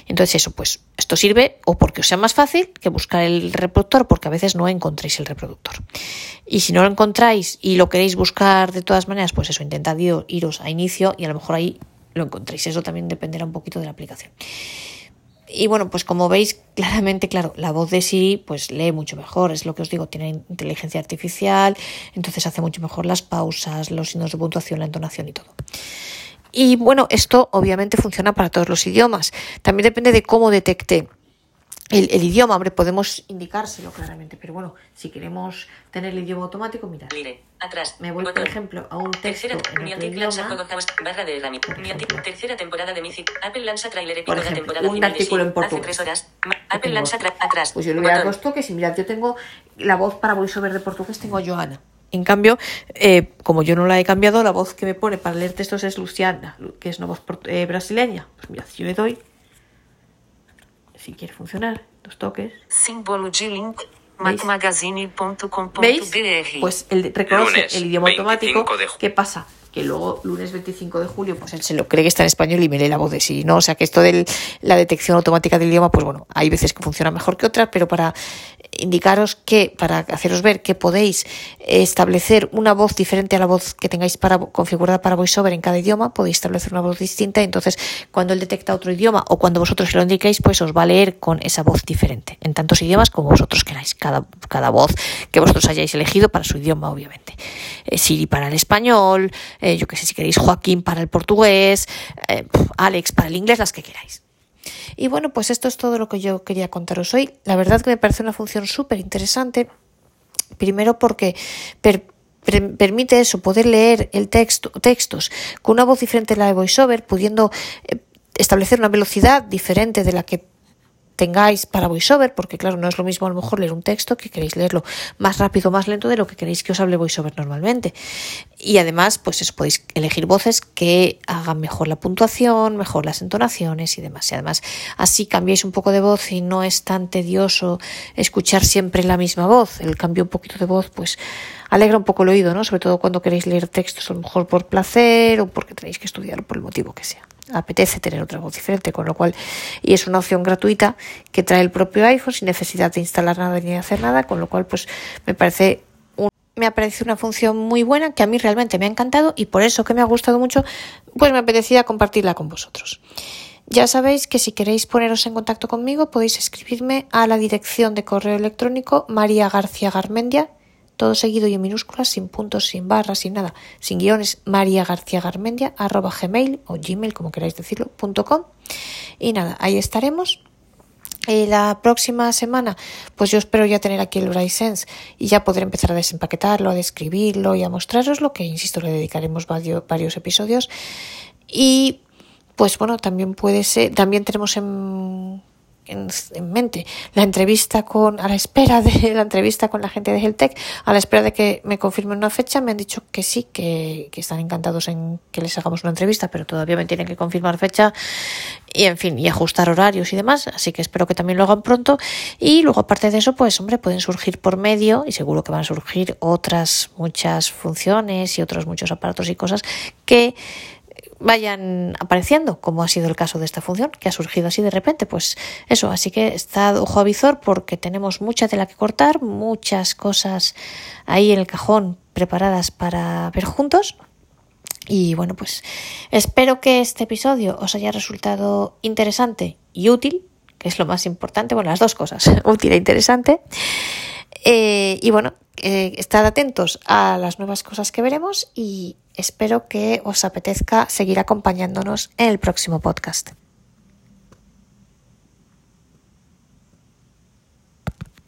A: Entonces, eso, pues, esto sirve o porque os sea más fácil que buscar el reproductor, porque a veces no encontráis el reproductor. Y si no lo encontráis y lo queréis buscar de todas maneras, pues eso, intentad ir- iros a inicio y a lo mejor ahí lo encontréis. Eso también dependerá un poquito de la aplicación. Y bueno, pues como veis, claramente, claro, la voz de Siri pues lee mucho mejor, es lo que os digo, tiene inteligencia artificial, entonces hace mucho mejor las pausas, los signos de puntuación, la entonación y todo. Y bueno, esto obviamente funciona para todos los idiomas. También depende de cómo detecte el, el idioma, hombre, podemos
H: indicárselo claramente, pero bueno, si queremos tener el idioma automático, mirad.
B: Lire. Atrás.
H: Me voy, por
B: Botón.
H: ejemplo, a un texto
B: Tercera,
H: en otro
B: Niantic lanza
H: idioma.
B: juego House, barra de Rami.
H: Por
B: Niantic,
H: ejemplo.
B: tercera temporada de Mythic. Apple lanza trailer épico
H: Por
B: de
H: ejemplo,
B: temporada
H: un
B: final de
H: artículo en
B: Mythic.
H: portugués.
B: Hace tres horas. Ma-
H: Yo
B: Apple
H: tengo-
B: lanza tra- atrás.
H: Pues yo le voy a dar
B: Botón.
H: dos toques y mirad, yo tengo la voz para voiceover de portugués, tengo
A: tengo
H: yo.
A: Joana. En cambio, eh, como yo no la he cambiado, la voz que me pone para leer textos es Luciana, Lu- que es una voz port- eh, brasileña. Pues mira, si yo le doy, si quiere funcionar, dos toques.
I: Símbolo de link
A: ¿Veis? ¿Veis?
I: matmagazine.com.br.
A: Pues el, reconoce
E: Lunes,
A: el idioma automático.
E: 25 de ju-
A: ¿Qué pasa?
H: Que luego, lunes 25 de julio, pues
A: Pues él se lo cree que está en español y me lee la voz de sí, ¿no? O sea que esto de la detección automática del idioma, pues bueno, hay veces que funciona mejor que otras, pero para indicaros que, para haceros ver que podéis establecer una voz diferente a la voz que tengáis para, configurada para VoiceOver en cada idioma, podéis establecer una voz distinta, entonces cuando él detecta otro idioma o cuando vosotros se lo indiquéis, pues os va a leer con esa voz diferente, en tantos idiomas como vosotros queráis, cada, cada voz que vosotros hayáis elegido para su idioma, obviamente. Eh, Siri para el español, eh, yo qué sé, si queréis Joaquín para el portugués, eh, pf, Alex para el inglés, las que queráis. Y bueno, pues esto es todo lo que yo quería contaros hoy. La verdad que me parece una función súper interesante. Primero porque per- per- permite eso, poder leer el texto, textos con una voz diferente a la de VoiceOver, pudiendo eh, establecer una velocidad diferente de la que tengáis para VoiceOver, porque claro, no es lo mismo a lo mejor leer un texto que queréis leerlo más rápido, más lento de lo que queréis que os hable VoiceOver normalmente. Y además, pues eso, podéis elegir voces que hagan mejor la puntuación, mejor las entonaciones y demás. Y además, así cambiáis un poco de voz y no es tan tedioso escuchar siempre la misma voz. El cambio un poquito de voz, pues alegra un poco el oído, ¿no? Sobre todo cuando queréis leer textos, a lo mejor por placer o porque tenéis que estudiar por el motivo que sea. Apetece tener otra voz diferente, con lo cual, y es una opción gratuita que trae el propio iPhone sin necesidad de instalar nada ni de hacer nada, con lo cual, pues me parece me ha parecido una función muy buena que a mí realmente me ha encantado y por eso que me ha gustado mucho, pues me apetecía compartirla con vosotros. Ya sabéis que si queréis poneros en contacto conmigo podéis escribirme a la dirección de correo electrónico María García Garmendia, todo seguido y en minúsculas, sin puntos, sin barras, sin nada, sin guiones, María García Garmendia, arroba gmail o gmail, como queráis decirlo, punto com. Y nada, ahí estaremos. Eh, la próxima semana, pues yo espero ya tener aquí el Sense y ya poder empezar a desempaquetarlo, a describirlo y a mostraros lo que, insisto, le dedicaremos varios, varios episodios. Y pues bueno, también puede ser, también tenemos en, en, en, mente la entrevista con, a la espera de la entrevista con la gente de Heltech, a la espera de que me confirmen una fecha, me han dicho que sí, que, que están encantados en que les hagamos una entrevista, pero todavía me tienen que confirmar fecha y en fin, y ajustar horarios y demás, así que espero que también lo hagan pronto. Y luego, aparte de eso, pues hombre, pueden surgir por medio, y seguro que van a surgir otras muchas funciones y otros muchos aparatos y cosas que vayan apareciendo, como ha sido el caso de esta función, que ha surgido así de repente. Pues eso, así que estad ojo a visor porque tenemos mucha tela que cortar, muchas cosas ahí en el cajón preparadas para ver juntos. Y bueno, pues espero que este episodio os haya resultado interesante y útil, que es lo más importante, bueno, las dos cosas, útil e interesante. Eh, y bueno, eh, estad atentos a las nuevas cosas que veremos y espero que os apetezca seguir acompañándonos en el próximo podcast.